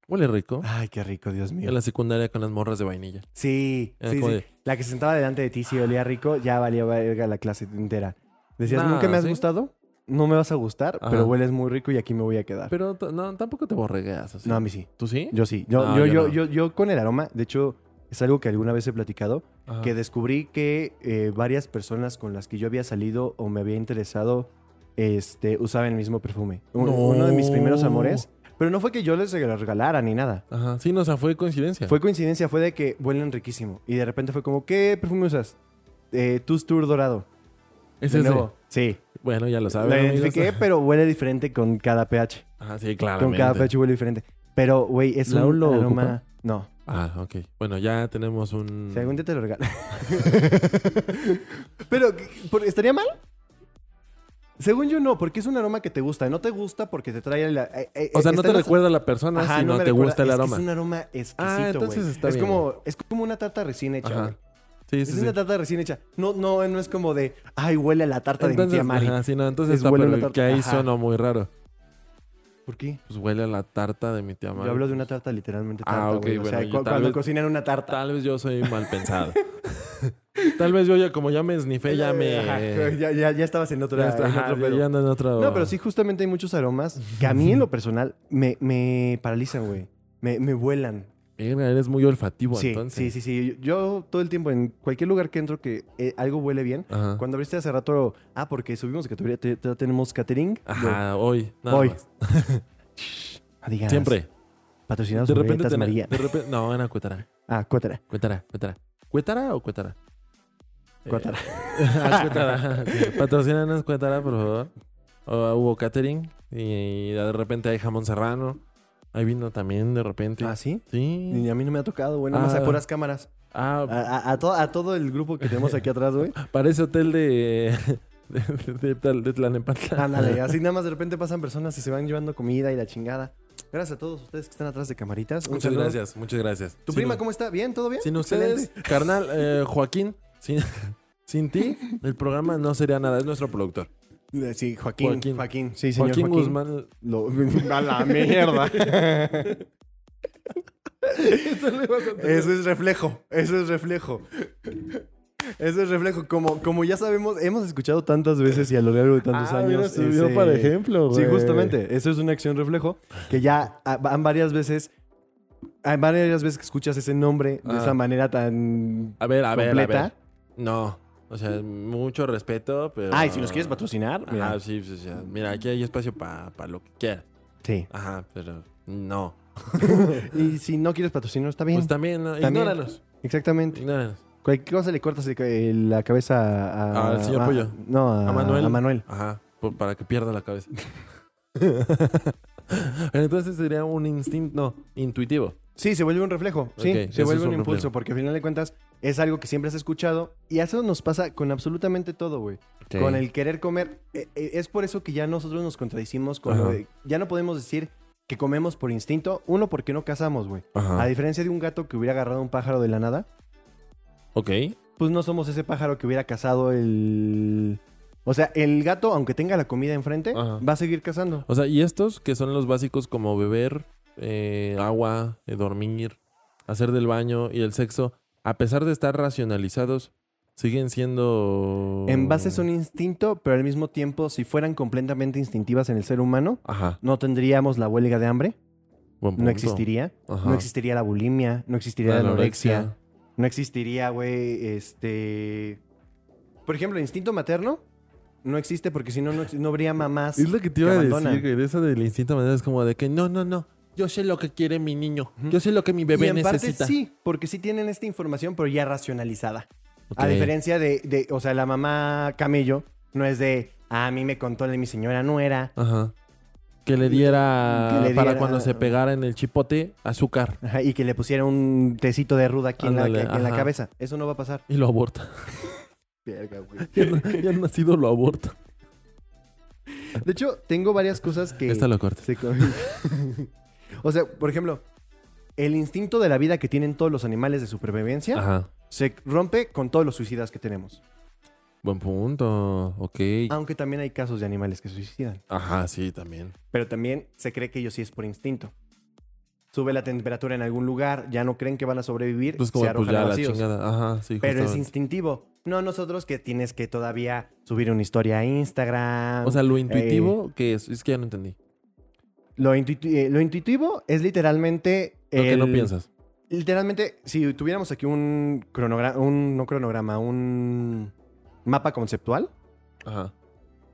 Huele rico. ay, qué rico, Dios mío. En la secundaria con las morras de vainilla. Sí, Era sí, como sí. de- La que se sentaba delante de ti, si olía rico, ya valía verga la clase entera. Decías, Nah, nunca me has ¿sí? gustado, no me vas a gustar, Ajá. pero hueles muy rico y aquí me voy a quedar. Pero t- no, tampoco te borregueas. así. Ah. No, a mí sí. ¿Tú sí? Yo sí. Yo, No, yo, yo, yo no. yo- yo con el aroma, de hecho, es algo que alguna vez he platicado, Ajá. que descubrí que eh, varias personas con las que yo había salido o me había interesado este, usaban el mismo perfume. Un- No. Uno de mis primeros amores. Pero no fue que yo les lo regalara ni nada. Ajá. Sí, no, o sea, fue coincidencia. Fue coincidencia, fue de que huelen riquísimo. Y de repente fue como, ¿qué perfume usas? Eh, Tus Tour Dorado. ¿Es De ese? nuevo. Sí. Bueno, ya lo Lo sabes. identifiqué, pero huele diferente con cada pH. [laughs] Ajá, sí, claro. Con cada pH huele diferente. Pero, güey, es ¿Lau un lo aroma... ocupa? No. Ah, ok. Bueno, ya tenemos un. Si algún día te lo regalo. [laughs] Pero, ¿qué- por- ¿estaría mal? Según yo, no, porque es un aroma que te gusta. No te gusta porque te trae la. eh, eh, O sea, no está te en los- recuerda a la persona Ajá, si no, me te recuerda. gusta el Es que aroma. Es un aroma exquisito. Ah, entonces güey. está es bien, Como, es como una tarta recién hecha. Ajá. güey. Sí, Es sí, una sí. tarta recién hecha. No, no, no es como de, ay, huele a la tarta de mi tía Entonces, Mari. ajá, sí, no, entonces Es está huele a una perfecto, que tarta. ahí Ajá. sonó muy raro. ¿Por qué? Pues huele a la tarta de mi tía Mari. Yo hablo de una tarta literalmente Ah, tarta, ok, güey. o bueno, sea, yo cu- tal cuando vez- cocinan una tarta. Tal vez yo soy mal [laughs] pensado. Tal vez yo ya, como ya me snifé, ya Ajá, me. ya, ya- ya estabas en otra, Ya está, en ajá, otro ya- pedo. ya ando en otro. No, pero sí, justamente hay muchos aromas que a mí en lo personal me, me paralizan, güey. Me, me vuelan. Verga, Eh, eres muy olfativo, Sí, entonces. sí, sí, sí. Yo, yo todo el tiempo, en cualquier lugar que entro que eh, algo huele bien. Ajá. Cuando abriste hace rato, ah, porque subimos que tuviera- te- te- tenemos catering. Ajá, hoy. nada Voy. más. No digas. Siempre. ah, Patrocinados De por repente, Galletas tena- María. de repente. No, era cuetara. Ah, cuétala. Cuetara, cuetara. ¿Cuetara o cuetara? Cuétala. [laughs] Ah, Cuetara. Patrocínanos Cuetara, por favor. O hubo catering y de repente hay jamón serrano. Hay vino también de repente. ¿Ah, sí? Sí. Y a mí no me ha tocado, güey. Nada más Ah. a puras cámaras. Ah, A, a- a to- a todo el grupo que tenemos aquí atrás, [laughs] güey. parece hotel de [laughs] de, de, de- de Tlalnepantla. Ándale, así nada más de repente pasan personas y se van llevando comida y la chingada. Gracias a todos ustedes que están atrás de camaritas. Un Muchas saludo. gracias, muchas gracias. ¿Tu Sin- prima cómo está? ¿Bien? ¿Todo bien? Sin Excelente. ustedes, carnal, eh, Joaquín, sin, [laughs] sin ti, el programa no sería nada. Es nuestro productor. Eh, Sí, Joaquín. Joaquín. Joaquín. Sí, señor Joaquín, Joaquín. [laughs] Guzmán. [laughs] Lo- a la mierda. Eso es reflejo. Eso es reflejo. Eso es reflejo. Como, como ya sabemos, hemos escuchado tantas veces y a lo largo de tantos Ah, años. mira, sirvió para ejemplo, Sí, güey. justamente. Eso es una acción reflejo que ya ah, van varias veces. Hay varias veces que escuchas ese nombre de Ah. esa manera tan A ver, a ver, a completa. ver. No. O sea, mucho respeto, pero. Ay, Ah, si nos quieres patrocinar, mira. Ajá, Ah, sí, sí, sí. Mira, aquí hay espacio para lo que quieras. Sí. Ajá, pero no. Y si no quieres patrocinar, está bien. Pues también, no, También. ignóranos. Exactamente. Ignóranos. Cualquier cosa le cortas el ca- el- la cabeza a, Al señor a- Pollo. No, a, A Manuel. Ah, a Manuel. Ajá, por- para que pierda la cabeza. [laughs] Entonces sería un instinto, no, intuitivo. Sí, se vuelve un reflejo. Sí, Ok, se eso vuelve es un, un impulso reflejo. porque al final de cuentas es algo que siempre has escuchado y eso nos pasa con absolutamente todo, güey. Sí. Con el querer comer. Eh, eh, es por eso que ya nosotros nos contradicimos con lo Ajá. de- Ya no podemos decir que comemos por instinto. Uno, porque no cazamos, güey. A Ajá. diferencia de un gato que hubiera agarrado un pájaro de la nada, Ok. pues no somos ese pájaro que hubiera cazado el... O sea, el gato, aunque tenga la comida enfrente, Ajá. va a seguir cazando. O sea, y estos que son los básicos como beber, eh, agua, eh, dormir, hacer del baño y el sexo, a pesar de estar racionalizados, siguen siendo... En base son instinto, pero al mismo tiempo, si fueran completamente instintivas en el ser humano, Ajá. no tendríamos la huelga de hambre, buen punto. no existiría. Ajá. No existiría la bulimia, no existiría la, anorexia. No existiría, güey, este... Por ejemplo, el instinto materno no existe porque si no, no, ex- no habría mamás. Es lo que te iba que a abandonan. decir, güey. de Esa del instinto manera es como de que no, no, no. Yo sé lo que quiere mi niño. Yo sé lo que mi y bebé en necesita. parte sí, porque sí tienen esta información, pero ya racionalizada. Ok. A diferencia de, de, o sea, la mamá camello no es de, "Ah, a mí me contó de mi señora nuera. Ajá. Que le diera, Que le para diera- cuando se pegara en el chipote azúcar Ajá, y que le pusiera un tecito de ruda aquí en, la, Ándale, aquí en la ajá. cabeza. Eso no va a pasar. y lo aborta. ya, na- [laughs] ya nacido lo aborta. De [laughs] hecho, tengo varias cosas que... Esta lo cortes. se co- o sea, por ejemplo, el instinto de la vida que tienen todos los animales de supervivencia Ajá. se rompe con todos los suicidas que tenemos. Buen punto. Ok. Aunque también hay casos de animales que se suicidan. Ajá, sí, también. Pero también se cree que ellos sí es por instinto. Sube la temperatura en algún lugar, ya no creen que van a sobrevivir, Entonces, se como pues arrojan ya al la vacío. chingada. Ajá, sí. Pero es justamente. instintivo. No nosotros que tienes que todavía subir una historia a Instagram. O sea, lo intuitivo que es. Es que ya no entendí. lo, intuitu- eh, lo intuitivo es literalmente... Lo que no el- piensas. Literalmente, si tuviéramos aquí un cronograma, un, no cronograma, un mapa conceptual, Ajá.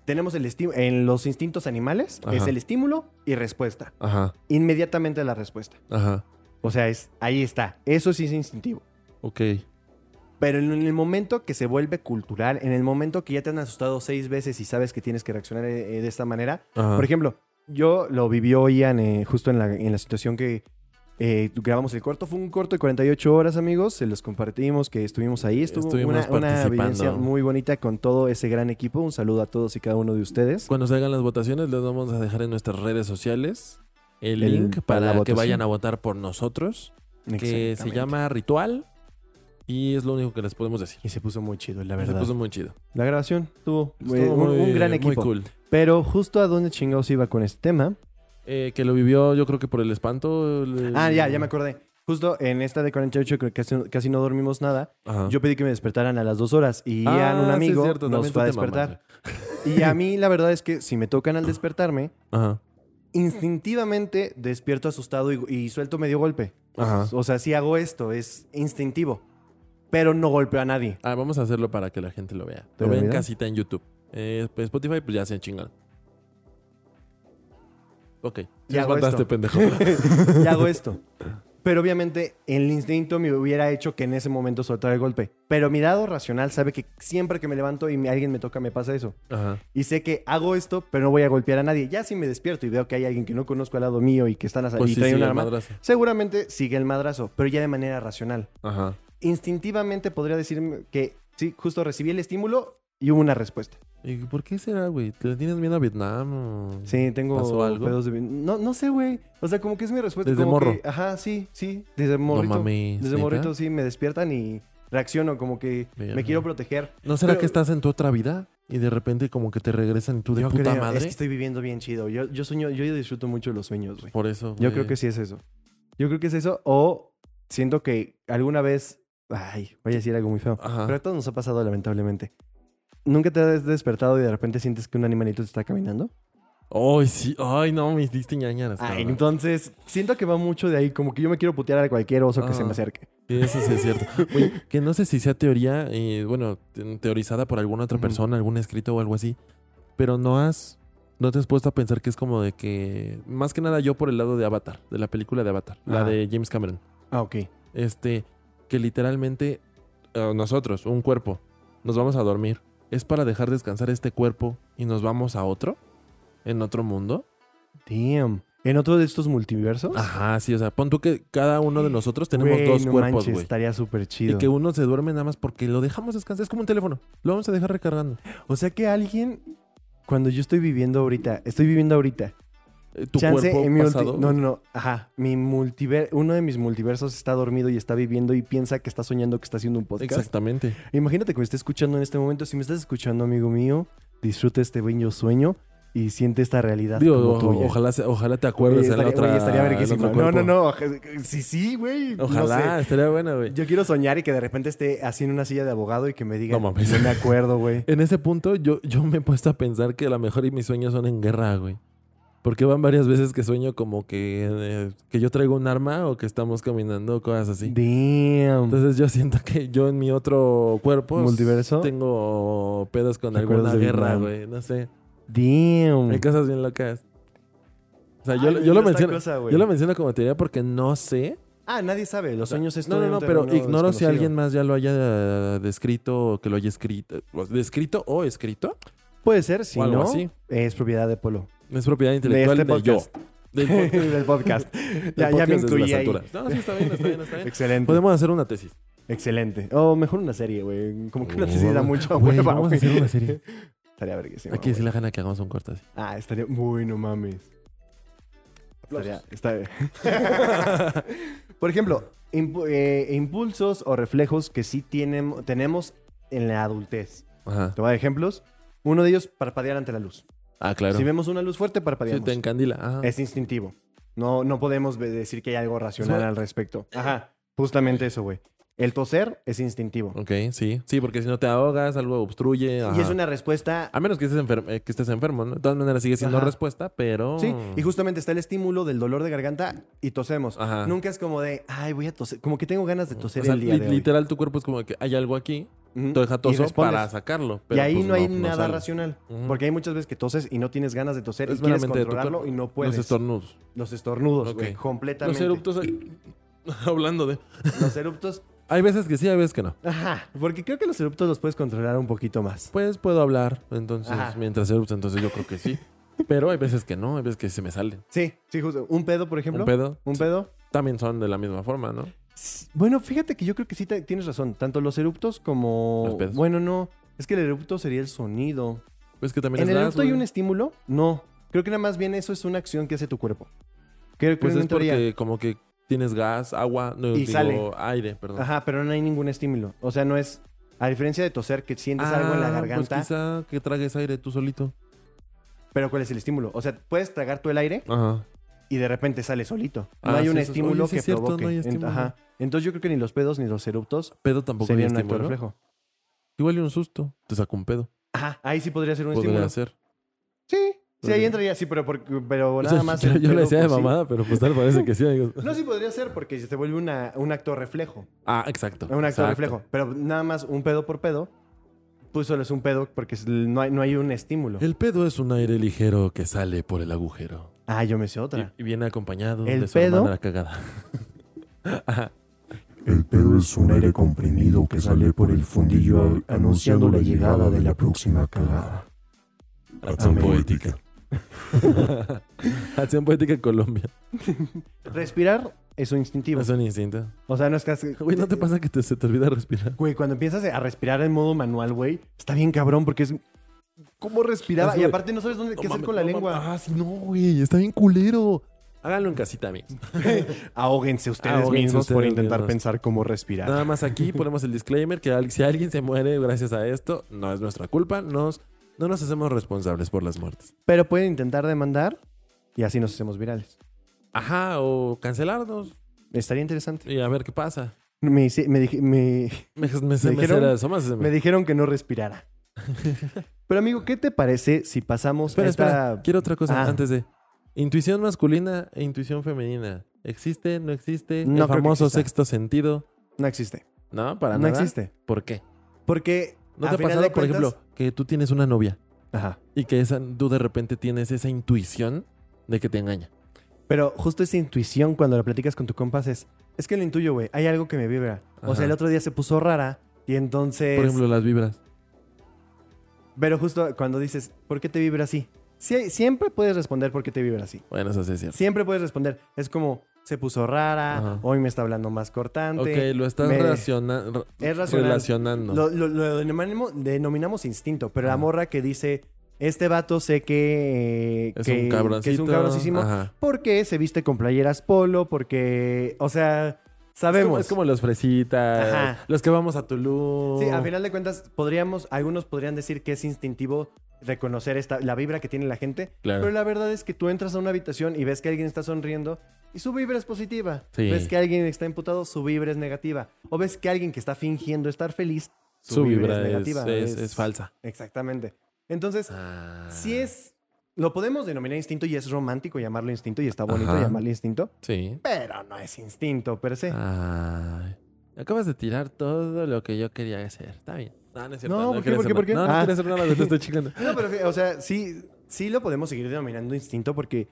tenemos el estímulo, en los instintos animales, Ajá. es el estímulo y respuesta. Ajá. Inmediatamente la respuesta. Ajá. O sea, es, ahí está. Eso sí es instintivo. Ok. Pero en el momento que se vuelve cultural, en el momento que ya te han asustado seis veces y sabes que tienes que reaccionar eh, de esta manera. Ajá. Por ejemplo, yo lo vivió Ian eh, justo en la, en la situación que eh, grabamos el corto. Fue un corto de 48 horas, amigos. Se los compartimos, que estuvimos ahí. Estuvo Estuvimos una, una participando. vivencia muy bonita con todo ese gran equipo. Un saludo a todos y cada uno de ustedes. Cuando salgan las votaciones, les vamos a dejar en nuestras redes sociales el, El- link para la para que votación. vayan a votar por nosotros, que se Exactamente. llama Ritual. Y es lo único que les podemos decir. Y se puso muy chido, la Se verdad. puso muy chido. La grabación tuvo eh, Estuvo un, muy- un gran muy equipo. cool. Pero justo a dónde chingados iba con este tema. Eh, que lo vivió, yo creo que por el espanto. el- Ah, ya, ya me acordé. Justo en esta de 48 que casi, casi no dormimos nada, Ajá. yo pedí que me despertaran a las dos horas y Ah, Ian, un sí, amigo, es cierto, nos también fue a tú te despertar. Y a mí la verdad es que si me tocan al despertarme, Ajá. instintivamente despierto asustado y, y suelto medio golpe. Ajá. O sea, si hago esto, es instintivo. Pero no golpeo a nadie. Ah, vamos a hacerlo para que la gente lo vea. ¿Te Lo vean olvidas? casita en YouTube. Eh, pues, Spotify, pues ya se chingan. Ok. Sí Ya nos hago mataste, esto. [laughs] pendejo. y hago esto. Pero obviamente el instinto me hubiera hecho que en ese momento soltara el golpe. Pero mi lado racional sabe que siempre que me levanto y me- alguien me toca, me pasa eso. Ajá. Y sé que hago esto, pero no voy a golpear a nadie. Ya si me despierto y veo que hay alguien que no conozco al lado mío y que están Pues y sí, trae sí, un el arma, madrazo. seguramente sigue el madrazo, pero ya de manera racional. Ajá. Instintivamente podría decirme que sí, justo recibí el estímulo y hubo una respuesta. ¿Y por qué será, güey? ¿Te le tienes miedo a Vietnam? o- Sí, tengo ¿Pasó algo? pedos de- No, no sé, güey. O sea, como que es mi respuesta. Desde como que- morro. ajá, sí, sí. Desde morrito. mames, Desde ¿neta? morrito sí me despiertan y reacciono como que Verga. me quiero proteger. ¿No será Pero- que estás en tu otra vida y de repente como que te regresan y tú de yo puta creo, madre? es que estoy viviendo bien chido. Yo, yo sueño, yo disfruto mucho los sueños, güey. Por eso. Yo güey. creo que sí es eso. Yo creo que es eso o siento que alguna vez, ay, voy a decir algo muy feo, Ajá. pero a todos nos ha pasado lamentablemente. ¿Nunca te has despertado y de repente sientes que un animalito te está caminando? Ay, sí. Ay, no, mis diste ñañaras. Ay, Pues, cabrón. entonces, siento que va mucho de ahí, como que yo me quiero putear a cualquier oso que se me Ah. acerque. Sí, eso sí es cierto. Güey, que no sé si sea teoría, eh, bueno, te- teorizada por alguna otra Ujú. persona, algún escrito o algo así, pero no has, no te has puesto a pensar que es como de que, más que nada yo por el lado de Avatar, de la película de Avatar, la Ajá. de James Cameron, Ah, ok. este, que literalmente eh, nosotros, un cuerpo, nos vamos a dormir, es para dejar descansar este cuerpo y nos vamos a otro, en otro mundo. Damn. ¿En otro de estos multiversos? Ajá, sí, o sea, pon tú que cada uno de nosotros Ah, tenemos Güey, dos no cuerpos, manches, güey. estaría súper Y chido. que uno se duerme nada más porque lo dejamos descansar. Es como un teléfono. Lo vamos a dejar recargando. O sea que alguien, cuando yo estoy viviendo ahorita, estoy viviendo ahorita, Eh, Tu Chance, cuerpo en mi multi- pasado. No, no, no. Ajá. Mi multiver... Uno de mis multiversos está dormido y está viviendo y piensa que está soñando que está haciendo un podcast. Exactamente. Imagínate que me esté escuchando en este momento. Si me estás escuchando, amigo mío, disfruta este bello sueño y siente esta realidad Digo, como tuya. o- ojalá, se- ojalá te acuerdes Oye, en la estaría- otra. oye, estaría en verguísima. otro No, cuerpo. no, no. oja- Sí, sí, güey. no Ojalá, sé. estaría bueno, güey. Yo quiero soñar y que de repente esté así en una silla de abogado y que me diga. No mames. me acuerdo, güey. En ese punto, yo, yo me he puesto a pensar que a lo mejor y mis sueños son en guerra, güey. Porque van varias veces que sueño como que, eh, que yo traigo un arma o que estamos caminando o cosas así. Damn. Entonces yo siento que yo en mi otro cuerpo ¿Multiverso? tengo pedos con Recuerdos alguna de guerra, Vietnam. güey. No sé. Damn. Hay cosas bien locas. O sea, yo, Ay, me yo lo encanta esta menciono, cosa, güey. yo lo menciono como teoría porque no sé. Ah, nadie sabe. Los sueños es No, todo no, un no, pero término ignoro si desconocido. alguien más ya lo haya descrito o que lo haya escrito. o- ¿Descrito o escrito? Puede ser, si O algo no, así. es propiedad de Polo. Es propiedad intelectual de, este yo. podcast. [laughs] [laughs] Del po- del Del [laughs] podcast. ya, ya podcast me desde las incluí ahí. alturas. No, sí, está bien, está bien, [laughs] está bien. Excelente. Podemos hacer una tesis. Excelente. O mejor una serie, güey. Como que una tesis da Vamos- mucha Oh, Güey, hueva, Vamos a güey. hacer una serie. [laughs] Estaría verguísima. Hay que güey. decirle a Hanna que hagamos un corto así. Ah, estaría. Bueno, mames. Estaría- está- [laughs] Por ejemplo, impu- eh, impulsos o reflejos que sí tienen, tenemos en la adultez. Ajá. Te voy a dar ejemplos. Uno de ellos, parpadear ante la luz. Ah, claro. Si vemos una luz fuerte, Sí, parpadeamos. te encandila. Ah. Ajá. Es instintivo. No, no podemos ve- decir que hay algo racional Suena- al respecto. Ajá. Justamente eso, güey. El toser es instintivo. Ok, sí. Sí, porque si no te ahogas, algo obstruye. Y ajá. Ah, es una respuesta. A menos que estés, enfer- eh, que estés enfermo, ¿no? De todas maneras sigue siendo Ajá. respuesta, pero... Sí, y justamente está el estímulo del dolor de garganta y tosemos. Ajá. Nunca es como de, ay, voy a toser. Como que tengo ganas de toser O sea, el día li- de hoy. literal tu cuerpo es como que hay algo aquí, Ujú. te deja Y toso respondes. para sacarlo. Y pero, ahí pues, no hay no nada sale. racional. Ujú. Porque hay muchas veces que toses y no tienes ganas de toser Es y quieres meramente de tu controlarlo cuerpo. y no puedes. Los estornudos. Los estornudos, güey. Ok. Los Completamente. eruptos... ahí- [laughs] Hablando de... Los eruptos. Hay veces que sí, hay veces que no. Ajá. Porque creo que los eruptos los puedes controlar un poquito más. Pues puedo hablar, entonces, Ajá. mientras erupta, entonces yo creo que sí. Pero hay veces que no, hay veces que se me salen. Sí, sí, justo. Un pedo, por ejemplo. Un pedo. Un sí, pedo. También son de la misma forma, ¿no? Bueno, fíjate que yo creo que sí te- tienes razón. Tanto los eruptos como. Los pedos. Bueno, no. Es que el erupto sería el sonido. Pues que también ¿En es el gas, erupto hay güey. un estímulo? No. Creo que nada más bien eso es una acción que hace tu cuerpo. Creo que Pues en es teoría. porque como que tienes gas, agua, no, Y digo, sale. aire, perdón. Ajá, pero no hay ningún estímulo. O sea, no es. A diferencia de toser, que sientes algo en la Ah, garganta, Pues quizá que tragues aire tú solito. pero ¿cuál es el estímulo? O sea, puedes tragar tú el aire Ajá. y de repente sale solito. No Ah, hay sí, un eso es- estímulo oye, sí que es cierto, no provoque. hay En- estímulo. Ajá. Entonces yo creo que ni los pedos ni los eruptos Pedo tampoco hay serían un acto estímulo. reflejo. Igual y un susto. Te saca un pedo. Ajá, ahí sí podría ser un Podría estímulo. ser. Sí, sí, ahí Podría. entraría, sí, pero, por- pero [laughs] O nada sea, más. Yo, el yo pedo, le decía de pues, sí. mamada, pero pues tal parece que sí. amigos. No, sí podría ser porque se vuelve una- un acto reflejo. [laughs] Ah, exacto. Un acto exacto. reflejo. Pero nada más un pedo por pedo. Pues solo es un pedo porque es- no hay, no hay un estímulo. El pedo es un aire ligero que sale por el agujero. Ah, yo me sé Y, otra. y viene acompañado El de su pedo- hermana la cagada. Ajá. El pedo es un aire comprimido que sale por el fundillo a- anunciando la llegada de la próxima cagada. Acción Amén. poética. [laughs] Acción poética en Colombia. Respirar es un instintivo. [laughs] Es un instinto. O sea, no es que... has- Güey, ¿no te pasa que te- se te olvida respirar? Güey, cuando empiezas a respirar en modo manual, güey, está bien cabrón porque es... ¿Cómo respiraba? Es Y muy- aparte no sabes dónde, qué hacer mames, con la no lengua. mames. Ah, sí, no, güey. Está bien culero. Háganlo en casita, amigos. Ahóguense ustedes Ahóguense mismos por ustedes intentar mismos. pensar cómo respirar. [laughs] Nada más aquí ponemos el disclaimer que al- si alguien se muere gracias a esto, no es nuestra culpa. Nos, no nos hacemos responsables por las muertes. Pero pueden intentar demandar y así nos hacemos virales. Ajá, o cancelarnos Estaría interesante. y a ver qué pasa. Me, hice- me dije- me- Me, me, me, dijeron- será- somos- me dijeron que no [laughs] respirara. Pero amigo, ¿qué te parece si pasamos Espera, a esta... espera. Quiero otra cosa Ah. antes de. Intuición masculina e intuición femenina. ¿Existe? ¿No existe? No creo El que famoso exista. sexto sentido. No existe. No, para No nada. existe. ¿Por qué? Porque... ¿No a te ha final pasado, de por cuentas- ejemplo, que tú tienes una novia Ajá. y que esa, tú de repente tienes esa intuición de que te engaña? Pero justo esa intuición cuando la platicas con tu compas es, es que lo intuyo, güey, hay algo que me vibra. O sea, Ajá. el otro día se puso rara y entonces... Por ejemplo, las vibras. pero justo cuando dices, ¿por qué te vibra así? Sí, siempre puedes responder por qué te vibra así. Bueno, eso sí es cierto. Siempre puedes responder. Es como, se puso rara, Ajá. hoy me está hablando más cortante. Ok, lo estás me- relaciona- re- Es racional. relacionando. Lo, lo- lo denominamos, denominamos instinto, pero la morra que dice, este vato sé que... eh, es que- un cabroncito. Que es un cabroncísimo. Ajá. Porque se viste con playeras polo, porque, o sea, Es como, sabemos. es como los fresitas, Ajá. los que vamos a Tulum. Sí, a final de cuentas, podríamos, algunos podrían decir que es instintivo reconocer esta, la vibra que tiene la gente, Claro. pero la verdad es que tú entras a una habitación y ves que alguien está sonriendo y su vibra es positiva. Sí. Ves que alguien está imputado, su vibra es negativa. O ves que alguien que está fingiendo estar feliz, su, Su vibra, vibra es es- negativa. es- es falsa. Exactamente. Entonces, Ah. si es, lo podemos denominar instinto y es romántico llamarlo instinto y está bonito Ajá. llamarlo instinto, Sí. pero no es instinto per se. Ay, acabas de tirar todo lo que yo quería hacer. Está bien. No, no es cierto. No, ¿por qué, quería por qué, hacer por qué? nada. No, Ah. no quería hacer nada. [laughs] Te estoy chingando. No, pero fí- o sea, sí, sí lo podemos seguir denominando instinto porque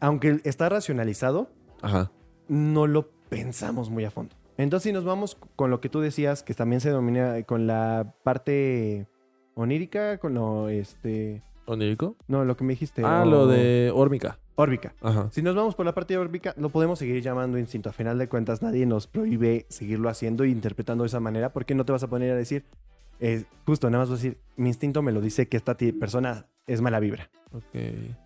aunque está racionalizado, Ajá. no lo pensamos muy a fondo. Entonces, si nos vamos con lo que tú decías, que también se denomina eh, con la parte onírica, con lo este. ¿Onírico? No, lo que me dijiste. Ah, o- lo de órmica. Órbica. Ajá. Si nos vamos por la parte órbica, lo podemos seguir llamando instinto. A final de cuentas, nadie nos prohíbe seguirlo haciendo e interpretando de esa manera, porque no te vas a poner a decir, eh, justo nada más vas a decir, mi instinto me lo dice que esta ti- persona es mala vibra. Ok.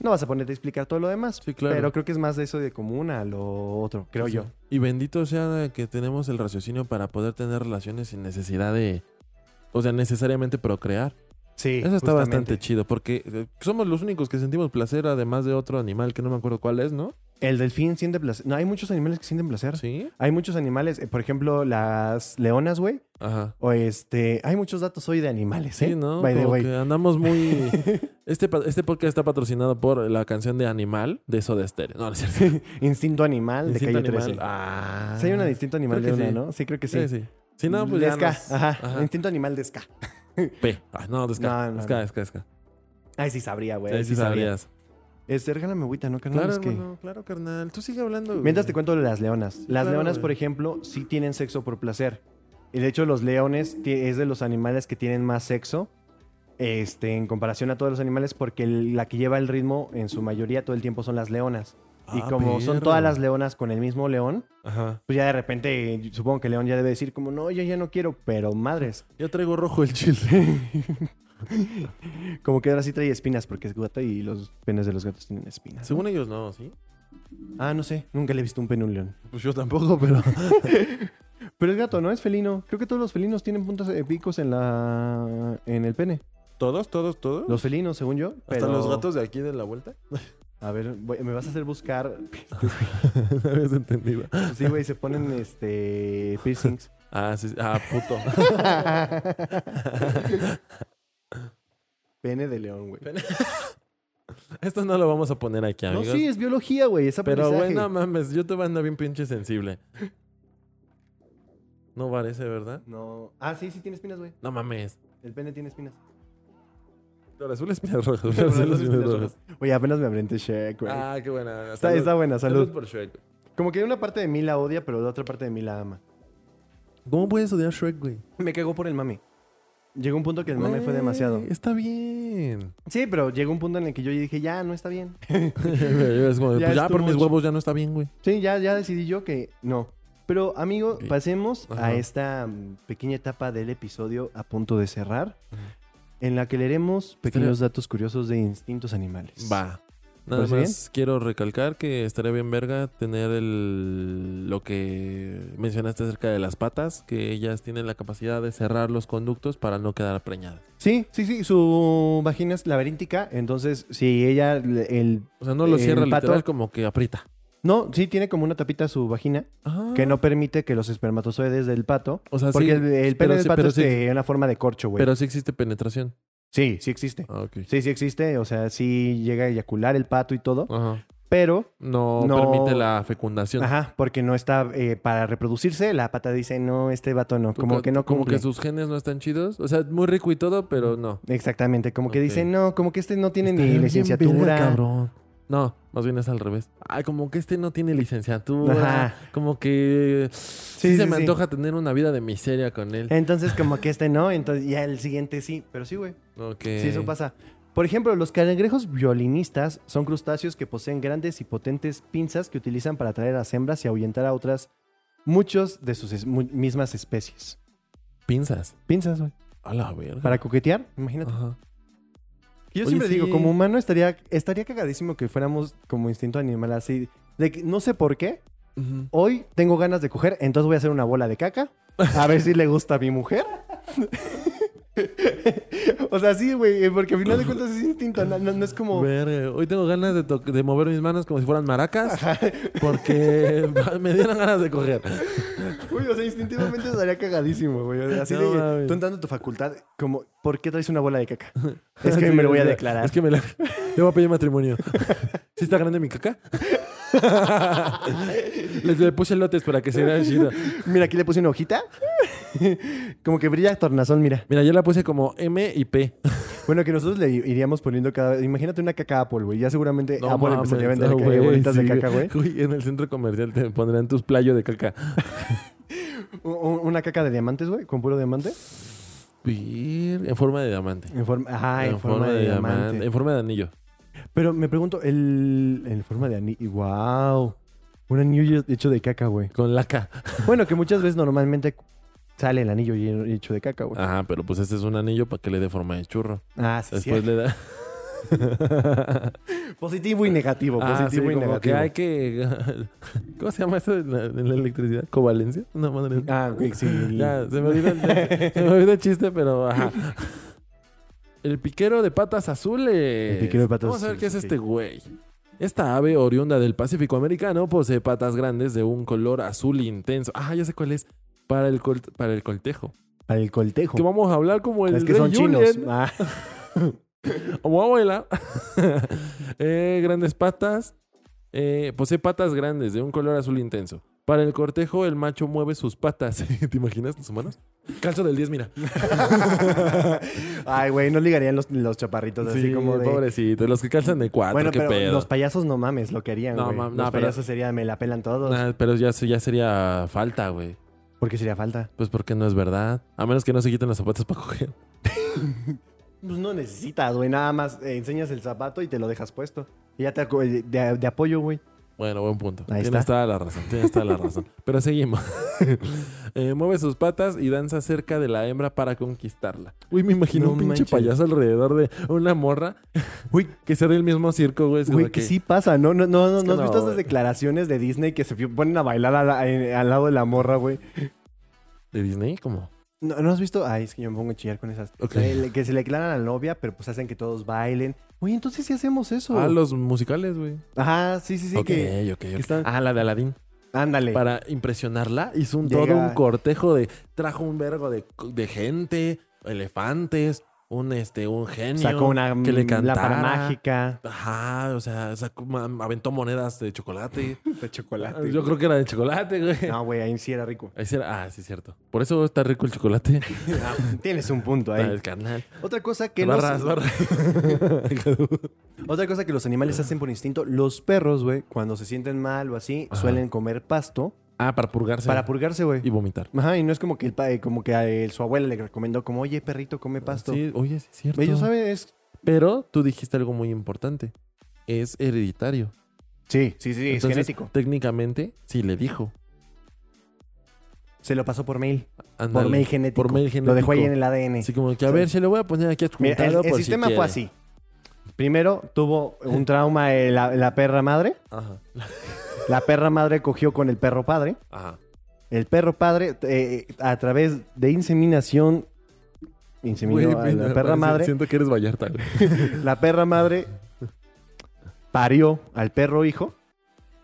No vas a ponerte a explicar todo lo demás, Sí, claro. pero creo que es más de eso de común a lo otro, creo Sí. yo. Y bendito sea que tenemos el raciocinio para poder tener relaciones sin necesidad de. O sea, necesariamente procrear. Sí, Eso está justamente. bastante chido, porque eh, somos los únicos que sentimos placer, además de otro animal que no me acuerdo cuál es, ¿no? El delfín siente placer. No, hay muchos animales que sienten placer. Sí. Hay muchos animales, eh, por ejemplo, las leonas, güey. Ajá. O este, hay muchos datos hoy de animales, ¿eh? Sí, ¿no? By the Como way. que [laughs] andamos muy. Este, pa- este podcast está patrocinado por la canción de Animal de Soda Stereo. No, no es cierto. [laughs] Instinto animal Instinto de calle 13. Animal. Ah. Sí, hay una de instinto animal de Creo que una, sí. ¿no? Sí, creo que sí. Sí, sí. Sí, no, pues de ya. ska, nos- ajá. Ajá. Instinto animal de ska. P. Ah, no, desca. No, no, desca, no. desca, desca. Ay, sí sabría, güey. Ahí sí sabrías. Este, regálame agüita, ¿no, carnal? Claro, Es que- hermano, claro, carnal. Tú sigue hablando. güey. Mientras te cuento lo de las leonas. Las claro, leonas, güey. por ejemplo, sí tienen sexo por placer. Y de hecho, los leones ti- es de los animales que tienen más sexo este, en comparación a todos los animales porque el- la que lleva el ritmo en su mayoría todo el tiempo son las leonas. y Ah, como son perro. todas las leonas con el mismo león, Ajá. pues ya de repente yo supongo que el león ya debe decir como, no, yo ya no quiero, pero madres. Ya traigo rojo el chile. Como que ahora sí trae espinas porque es gata y los penes de los gatos tienen espinas. [laughs] Según ellos, no, ¿sí? Ah, no sé, nunca le he visto un pene a un león. Pues yo tampoco, pero. Pero es gato, ¿no? Es felino. Creo que todos los felinos tienen puntos eh, picos en la en el pene. [laughs] ¿Todos, todos, todos? Los felinos, según yo. ¿Hasta pero- los gatos de aquí de [laughs] la vuelta? A ver, voy- me vas a hacer buscar. no habías entendido. Sí, güey, se ponen este [laughs] piercings. Ah, sí. sí. Ah, puto. [laughs] pene de león, güey. Esto no lo vamos a poner aquí, No, amigos. sí, es biología, güey. Es pero aprendizaje. bueno, mames, YouTube anda bien pinche sensible. No parece, ¿verdad? No. Ah, sí, sí tiene espinas, güey. No mames. El pene tiene [laughs] espinas. Flor [laughs] azul, espinas rojas. flor azul, espinas rojas. Oye, apenas me aprendí Shrek, güey. Ah, qué buena. está, Salud. está buena, Salud salud. por Shrek. Como que una parte de mí la odia, pero la otra parte de mí la ama. ¿Cómo puedes odiar Shrek, güey? Me cagó por el mami. Llegó un punto que el mami fue Güey, demasiado. [laughs] Está bien. [laughs] Sí, pero llegó un punto en el que yo dije, ya, no está bien. Es como de, Ya pues ya es too por mis much. huevos ya no está bien, güey. Sí, ya, ya decidí yo que no. Pero, amigo, Ok. pasemos a Ajá. esta mm, pequeña etapa del episodio a punto de cerrar, en la que leeremos pequeños datos curiosos de instintos animales. Este Va. Nada ¿Parece más quiero recalcar que estaría bien verga tener el, lo que mencionaste acerca de las patas, que ellas tienen la capacidad de cerrar los conductos para no quedar preñadas. Sí, sí, sí, su vagina es laberíntica, entonces si ella, le- el... O sea, no lo El cierra pato- literal como que aprieta. No, sí tiene como una tapita su vagina Ah. que no permite que los espermatozoides del pato... O sea, Porque sí, el, el pero pene del sí- pato pero es sí- de una forma de corcho, güey. Pero sí existe penetración. Sí, sí existe. Ah, ok. Sí, sí existe, o sea, sí llega a eyacular el pato y todo, Ajá. pero No, No. permite la fecundación. Ajá, porque no está eh, para reproducirse. La pata dice, no, este vato no, Tu como pa- que no Como cumple. que sus genes no están chidos. O sea, muy rico y todo, pero no. Exactamente, como que Ok. dice, no, como que este no tiene Está ni bien licenciatura. verga, cabrón. No, más bien es al revés. Ay, como que este no tiene licenciatura. Ajá. Como que Sí, sí, se sí, Eh, me sí. antoja tener una vida de miseria con él. Entonces, como que este no, entonces ya el siguiente sí, pero sí, güey. Ok. Sí, eso pasa. Por ejemplo, los cangrejos violinistas son crustáceos que poseen grandes y potentes pinzas que utilizan para atraer a las hembras y ahuyentar a otras muchos de sus es- mu- mismas especies. Pinzas. Pinzas, güey. A la verga. Para coquetear, imagínate. Ajá. Yo Oye, siempre digo, sí. como humano estaría, estaría cagadísimo que fuéramos como instinto animal así. De que no sé por qué, Ujú. hoy tengo ganas de coger, entonces voy a hacer una bola de caca. A ver si le gusta a mi mujer. [laughs] o sea, sí, güey, porque al final de cuentas es instinto. No, no- no es como. Verga, Hoy tengo ganas de, to- de mover mis manos como si fueran maracas. [laughs] Porque [laughs] me dieron ganas de coger. Güey, o sea, instintivamente estaría cagadísimo, güey. O sea, así No de. mames. Tú entrando a tu facultad, como, ¿por qué traes una bola de caca? [laughs] Es que Sí, me lo voy a es- declarar. Es que me la. [laughs] Yo voy a pedir matrimonio. [laughs] ¿Sí está grande mi caca? [laughs] Les le puse lotes para que se vea chido. Mira, aquí le puse una hojita. [laughs] como que brilla tornasol, mira. Mira, yo la puse como M y [laughs] P. Bueno, que nosotros le iríamos poniendo cada vez. Imagínate una caca Apple, güey. pues Ya seguramente No Apple mames, empezaría a vender ah, acá güey, bolitas de sí, caca, [laughs] güey. Uy, en el centro comercial te pondrán tus playos de caca. U- u- Una caca de diamantes, güey, con puro diamante. Vir- En forma de diamante. En forma, ajá, Ah, en, forma, de, diamante. En forma de anillo. Pero me pregunto, el, en forma de anillo. ¡Wow! Un anillo hecho de caca, güey. Con laca. Bueno, que muchas veces normalmente Sale el anillo lleno- hecho de caca, güey. Ajá, pero pues este es un anillo para que le dé forma de churro. Ah, sí, sí. Después [laughs] le da. Positivo y negativo. Ah, positivo sí, y como negativo. que hay que. [laughs] ¿Cómo se llama eso en la, en la electricidad? ¿Covalencia? No, madre. Ah, güey, sí. [laughs] Ya, se me, olvidó el, [laughs] se me olvidó el chiste, pero ajá. El piquero de patas azules. El piquero de patas Vamos a ver qué es azules, este güey. Esta ave oriunda del Pacífico americano posee patas grandes de un color azul intenso. Ah, ya sé cuál es. Para el, col- para el coltejo. Para el coltejo. Que vamos a hablar como el es que rey son chinos. Julien. Ah, Como abuela. [laughs] Eh, grandes patas. Eh, posee patas grandes de un color azul intenso. Para el cortejo, el macho mueve sus patas. [laughs] ¿Te imaginas sus manos? Calzo del 10, mira. [laughs] Ay, güey, no ligarían los, los chaparritos así Sí, como de. pobrecito, los que calzan de cuatro, Bueno, Ah, qué pero pedo. los payasos no mames lo que harían, No, güey. mam- no, los pero- payasos sería me la pelan todos. Nah, pero ya, se- ya sería falta, güey. Porque sería falta. Pues porque no es verdad. A menos que no se quiten los zapatos para coger. [laughs] Pues no necesitas, güey. Nada más eh, enseñas el zapato y te lo dejas puesto. Y ya te aco- de, de- de apoyo, güey. Bueno, buen punto. Ahí tienes está. toda la razón, tienes toda [laughs] la razón. Pero seguimos. [laughs] Eh, mueve sus patas y danza cerca de la hembra para conquistarla. Uy, me imagino No un pinche manches. payaso alrededor de una morra. [laughs] Uy, que sea del mismo circo, güey. es Güey, como que sí pasa, ¿no? No, no, no, Es que ¿no has no, visto esas güey. declaraciones de Disney que se ponen a bailar a la- en- al lado de la morra, güey? ¿De Disney? ¿Cómo? ¿No, no has visto? Ay, es que yo me pongo a chillar con esas. Ok. Eh, le- Que se le declaran a la novia, pero pues hacen que todos bailen. Güey, entonces sí hacemos eso. Ah, los musicales, güey. Ajá, sí, sí, sí. ok, Que... ok, ok. están- Ah, la de Aladdin. Ándale. para impresionarla, hizo un, todo Llega- un cortejo de. Trajo un vergo de, de gente, elefantes, un este, un genio. Sacó una que le mm, lámpara cantara. mágica Ajá, o sea, sacó- ma- aventó monedas de chocolate. de [laughs] chocolate. Yo creo que era de chocolate, güey. No, güey, ahí sí era rico. [laughs] Ahí sí era- ah, sí, es cierto. Por eso está rico el chocolate. Tienes un punto Ah, ahí. el carnal. Otra cosa que los- barras, [laughs] barras. Otra cosa que los animales hacen por instinto, los perros, güey, cuando se sienten mal o así, Ajá. suelen comer pasto Ah, para purgarse. para purgarse, güey. y vomitar. Ajá, y no es como que el pa- eh, como que a él- su abuela le recomendó como, "Oye, perrito, come pasto." Sí, oye, sí es cierto. Ellos saben es Pero tú dijiste algo muy importante. Es hereditario. Sí, sí, sí, es Entonces, genético. Técnicamente, sí le dijo. Se lo pasó por mail, Ándale. por mail genético. Por mail Lo dejó ahí en genético. el ADN. Así como que, a ver, se lo voy a poner aquí Mira, adjuntado el, el por si sistema quiere. fue así. Primero tuvo [laughs] un trauma eh, la- la perra madre. Ajá. La perra madre cogió con el perro padre. Ajá. El perro padre, eh, a través de inseminación, inseminó Güey, a mira, la perra parece- madre. Siento que eres Vallarta, güey. La perra madre parió al perro hijo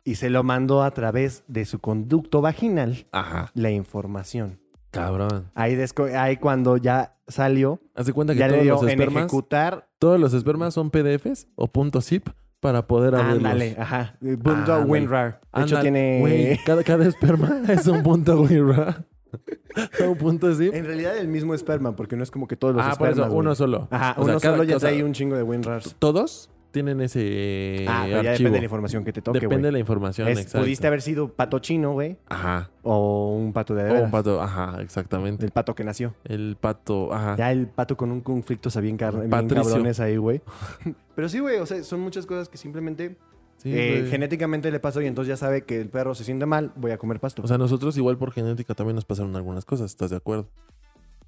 y se lo mandó a través de su conducto vaginal Ajá. la información. Cabrón. Ahí, desco- ahí cuando ya salió, Haz de cuenta que ya le todos dio los, en espermas, ejecutar. todos los espermas son PDFs o punto zip para poder abrirlos. Ándale, ajá. Punto Ándale. eh, WinRAR. De hecho, Ándale, tiene. güey, cada, cada esperma [laughs] es un punto, güey, ¿verdad? [laughs] un punto zip. En realidad, el mismo esperma, porque no es como que todos los Ah, por espermas. eso, güey. uno solo. Ajá, O sea, uno cada- solo ya o sea, trae un chingo de WinRARs. Todos tienen ese Ah, pero ya archivo. depende de la información que te toque, Depende güey. de la información, Es- exacto. Pudiste haber sido pato chino, güey, Ajá. o un pato de O un veras, pato, ajá, exactamente. del pato que nació. El pato, ajá. Ya el pato con un conflicto sabía bien, car- bien Ah. Patricio. cabrones ahí, [laughs] güey. Pero sí, güey, o sea, son muchas cosas que simplemente Sí, eh, güey. genéticamente le pasó y entonces ya sabe que el perro se siente mal, voy a comer pasto. O sea, nosotros igual por genética también nos pasaron algunas cosas, ¿estás de acuerdo?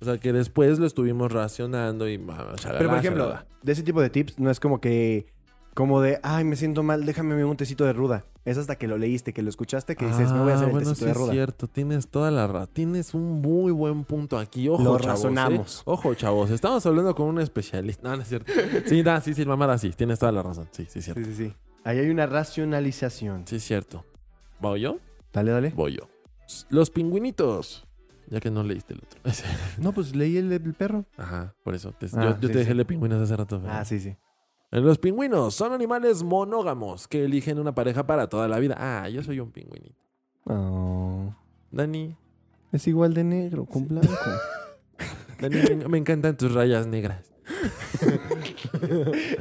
O sea, que después lo estuvimos racionando y... Pero por ejemplo, de ese tipo de tips no es como que como de, ay, me siento mal, déjame un tecito de ruda. Es hasta que lo leíste, que lo escuchaste, que dices, me voy a hacer el Ah, bueno, tecito sí de es ruda. cierto, tienes toda la ra- Tienes un muy buen punto aquí, ojo, Lo chavos. ¿eh? razonamos. Ojo, chavos, estamos hablando con un especialista. No, no es cierto. Sí, da, sí, sí, mamada, sí, tienes toda la razón. Sí, sí, es cierto. Sí, sí, sí. Ahí hay una racionalización. Sí, es cierto. ¿Voy yo? Dale, dale. Voy yo. Los pingüinitos. Ya que no leíste el otro. [laughs] No, pues leí el, del perro. Ajá, por eso. Te- Ah, yo yo sí, te dejé sí. el de pingüinos hace rato. pero- Eh, Ah, sí, sí. Los pingüinos son animales monógamos que eligen una pareja para toda la vida. Ah, yo soy un pingüinito. Dani, Es igual de negro con blanco. Dani, me- me encantan tus rayas negras. [laughs]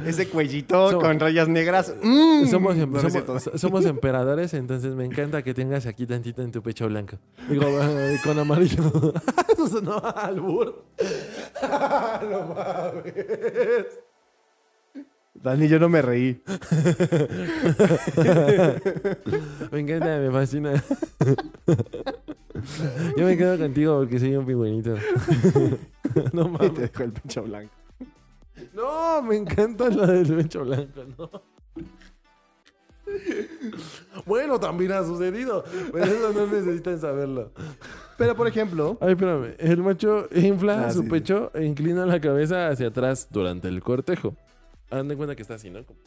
Ese cuellito Somos- con rayas negras. Mm. Somos, [laughs] No, no es cierto. somos, somos emperadores, entonces me encanta que tengas aquí tantito en tu pecho blanco. [laughs] Digo, eh, con amarillo. [laughs] Eso sonó [laughs] a albur. Dani, yo no me [laughs] reí. Me encanta, me fascina. [laughs] Yo me quedo contigo porque soy un pingüinito. no Y te mames. dejó el pinche blanco. No, me encanta la del pecho blanco, ¿no? Bueno, también ha sucedido. Pero eso no necesitan saberlo. Pero por ejemplo, Ay, espérame. El macho infla Ah, su sí, sí. pecho e inclina la cabeza hacia atrás durante el cortejo. Hagan de cuenta que está así, ¿no? Como,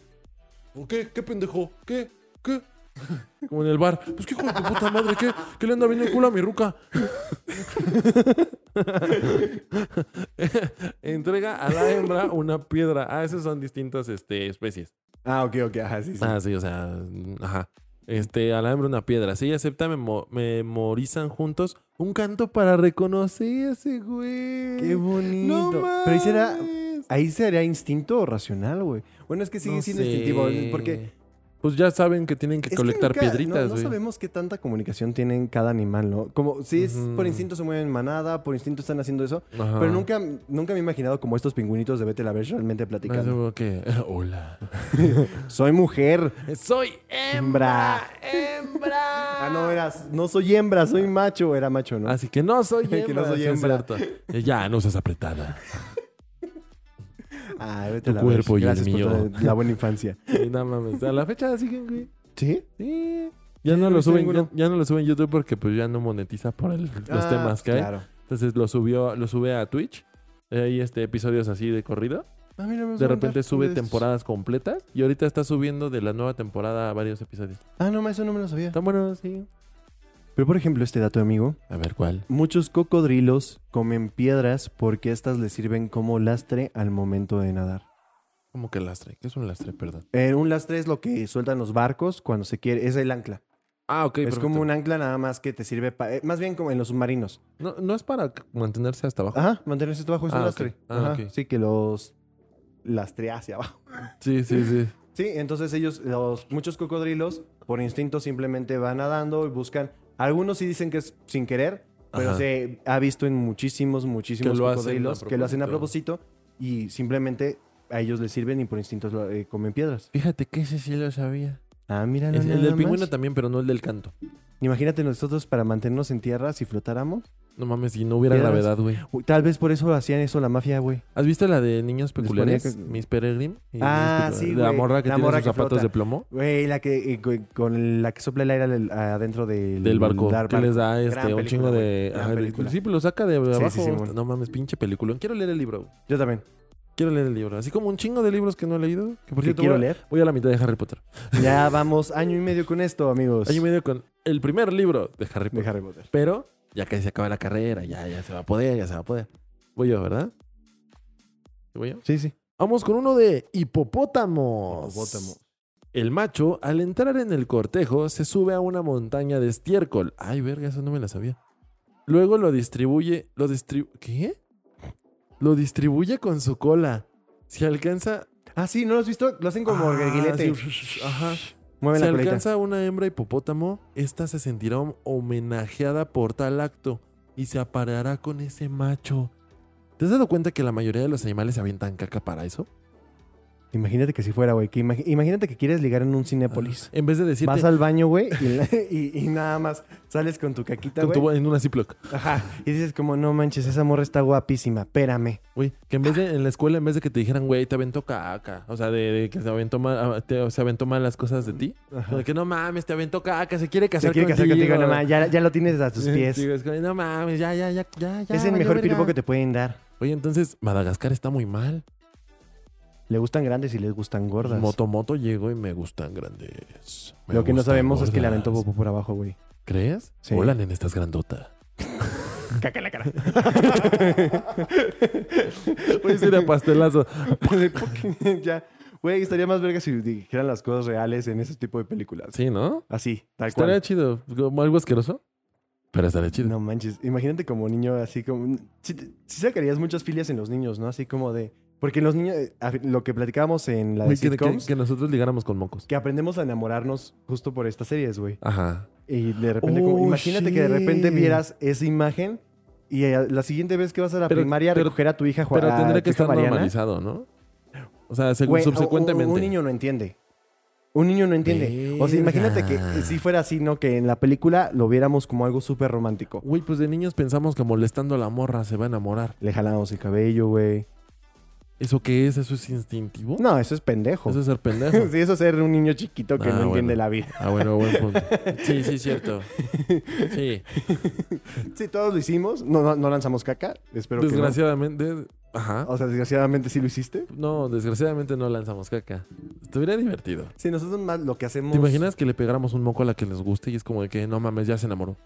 "¿O ¿Qué? ¿Qué pendejo? ¿Qué? ¿Qué? [laughs] Como en el bar. Pues qué hijo de tu puta madre, ¿qué? ¿Qué le anda viendo el culo a mi ruca? [laughs] Entrega a la hembra una piedra. Ah, esas son distintas este, especies. ah, ok, ok, ajá, sí, sí. Ah, sí, o sea, mm, ajá. Este, alambre una piedra. Si ella acepta, memo- memorizan juntos un canto para reconocerse, güey. Qué bonito. No Pero ahí será, mames. ahí será instinto o racional, güey. Bueno, es que sigue No siendo sé. instintivo, porque Pues ya saben que tienen que es que colectar nunca- piedritas, No, no güey. sabemos qué tanta comunicación tienen cada animal, ¿no? Como si es por Ujú. instinto se mueven en manada, por instinto están haciendo eso. Ajá. Ah, Pero nunca, nunca me he imaginado como estos pingüinitos de Vete la ver realmente No platicando. sé por qué. [laughs] Hola. Soy mujer. Soy hembra. [laughs] Ah, Hembra. no, eras, no soy hembra, soy macho. Era macho, ¿no? Así que no soy [laughs] Que hembra. no soy sí es hembra. cierto. Eh, Ya, no seas apretada. Ah, vete Tu a la verga. cuerpo y el Gracias mío. por toda la buena infancia. Sí, no mames. A la fecha siguen, güey. ¿Sí? [laughs] Sí. Ya Sí, no no lo he visto suben, ya, ninguno. ya no lo suben en YouTube porque pues ya no monetiza por el- los Ah, temas que hay. Claro. Entonces lo subió, lo sube a Twitch. Eh, Hay este episodios así de corrido. De repente sube temporadas completas. Y ahorita está subiendo de la nueva temporada varios episodios. Ah, no, ma, eso no me lo sabía. Están buenos, sí. Pero por ejemplo, este dato, amigo. A ver cuál. Muchos cocodrilos comen piedras porque estas les sirven como lastre al momento de nadar. Como que lastre. ¿Qué es un lastre? Perdón. Eh, un lastre es lo que sueltan los barcos cuando se quiere. Es el ancla. Ah, ok. es como un ancla nada más que te sirve para. más bien como en los submarinos. No, no es para c- mantenerse hasta abajo. Ajá, mantenerse abajo es Ah, un ok. lastre. Ah, Ajá, ok. Sí, que los lastrea hacia abajo. Sí, sí, sí. Sí, entonces ellos, los muchos cocodrilos, por instinto simplemente van nadando y buscan. Algunos sí dicen que es sin querer, pero Ajá. se ha visto en muchísimos, muchísimos Que lo hacen a cocodrilos que lo hacen a propósito y simplemente a ellos les sirven y por instinto lo- eh, comen piedras. [laughs] Fíjate que ese sí lo sabía. Ah, mira, Es- el del pingüino también, pero no el del canto. Imagínate nosotros para mantenernos en tierra si flotáramos. No mames, si no hubiera Piedras. gravedad, güey. Uy, tal vez por eso hacían eso la mafia, güey. ¿Has visto la de niños ponía peculiares? que- Miss Peregrine. y Ah, Miss sí, Peculiar. La güey. morra que La tiene morra sus que zapatos flota. de plomo Güey, la que eh, con- con la que sopla el aire al- adentro del, del barco. dar- que les da este, Gran un película, chingo de. güey. Gran ajá, de- película. Sí, pues lo saca de abajo. sí, Simón. no mames, pinche película. Quiero leer el libro. Yo también. Quiero leer el libro. Así como un chingo de libros que no he leído. Que por ¿Qué cierto, quiero voy, a- leer? voy a la mitad de Harry Potter. Ya vamos año y medio con esto, amigos. Ahí medio con el primer libro de Harry Potter. Pues de Harry Potter. Pero ya que se acaba la carrera, ya, ya se va a poder, ya se va a poder. Voy yo, ¿verdad? ¿Voy yo? Sí, sí. Vamos con uno de Oh, hipopótamos. Hipopótamo. El macho, al entrar en el cortejo, se sube a una montaña de estiércol. Ay, verga, eso no me la sabía. Luego lo distribuye. Lo distribu ¿Qué? Lo distribuye con su cola. Si alcanza. Ah, sí, ¿no lo has visto? Lo hacen como Ah, garguilete. sí, Ajá. Mueve Si la colita. alcanza una hembra hipopótamo, esta se sentirá hom- homenajeada por tal acto y se apareará con ese macho. ¿Te has dado cuenta que la mayoría de los animales se avientan caca para eso? Imagínate que si fuera, güey. que imag- imagínate que quieres ligar en un Cinépolis. En vez de decirte Vas al baño, güey, y, la- [laughs] y- y nada más sales con tu caquita, con tu güey. bo- en una Ziploc. Ajá. Y dices como, no manches, esa morra está guapísima, espérame. Güey, que en vez de en la escuela, en vez de que te dijeran, güey, te aventó caca. O sea, de, de que se aventó mal, a- te- se aventó mal las cosas de ti. O de que no mames, te aventó caca, se quiere casar Se quiere casar contigo, no mames, ya, ya lo tienes a tus pies. Sí, es como, no mames, ya, ya, ya, ya, ya. es el valió mejor verga". piropo que te pueden dar. Oye, entonces Madagascar está muy mal. Le gustan grandes y les gustan gordas. Moto Moto llegó y me gustan grandes. Me lo que no gustan sabemos es que le gordas. aventó popó por abajo, [laughs] güey. ¿Crees? Sí. Hola, nena, estás grandota. Caca en la cara. [laughs] Puedes ir a pastelazo. De Pokémon, [laughs] ya. Güey, estaría más verga si dijeran las cosas reales en ese tipo de películas. Sí, ¿no? Así, tal cual. Estaría chido. Como algo asqueroso. Pero estaría chido. No manches, imagínate como niño así como... Sí, te- sí sacarías muchas filias en los niños, ¿no? Así como de... Porque los niños, eh, a- lo que platicábamos en la de Güey, que, que- sitcoms, que, que nosotros ligáramos con mocos. aprendemos a enamorarnos justo por estas series, güey. Ajá. Y de repente, como, Oh, imagínate que de repente shit. vieras esa imagen y eh, la siguiente vez que vas a la Pero- primaria a pero- recoger a tu hija Juana. Pero tendría que estar normalizado, ¿no? O sea, según- subsecuentemente. Un niño no entiende. Un niño no entiende. O sea, imagínate que Verga. eh, si fuera así, ¿no? Que en la película lo viéramos como algo súper romántico. Güey, pues de niños pensamos que molestando a la morra se va a enamorar. Le jalamos el cabello, güey. ¿Eso qué es? ¿Eso es instintivo? No, eso es pendejo. [laughs] Eso es ser pendejo. Sí, eso es ser un niño chiquito que Ah, no entiende bueno. la vida. [laughs] Ah, bueno, buen punto. Sí, sí, cierto. Sí. Sí, todos lo hicimos. No, no, no lanzamos caca. Espero que no. Desgraciadamente. Ajá. O sea, desgraciadamente sí lo hiciste. No, desgraciadamente no lanzamos caca. Estuviera divertido. Sí, nosotros más lo que hacemos. ¿Te imaginas que le pegáramos un moco a la que les guste y es como de que no mames, ya se enamoró?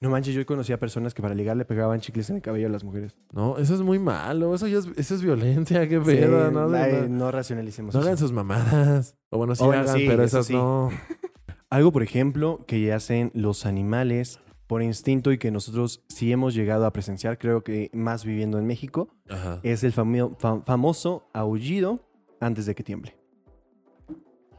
No manches, yo conocía personas que para ligar le pegaban chicles en el cabello a las mujeres. No, eso es muy malo. Eso ya es, eso es violencia. Qué pedo, Sí, ¿no? ay, De- no, no- racionalicemos. no eso. hagan sus mamadas. O bueno, sí O bueno, hagan, sí, pero eso esas sí. no. Algo, por ejemplo, que hacen los animales por instinto y que nosotros sí hemos llegado a presenciar, creo que más viviendo en México, Ajá. es el fami- fam- famoso aullido antes de que tiemble.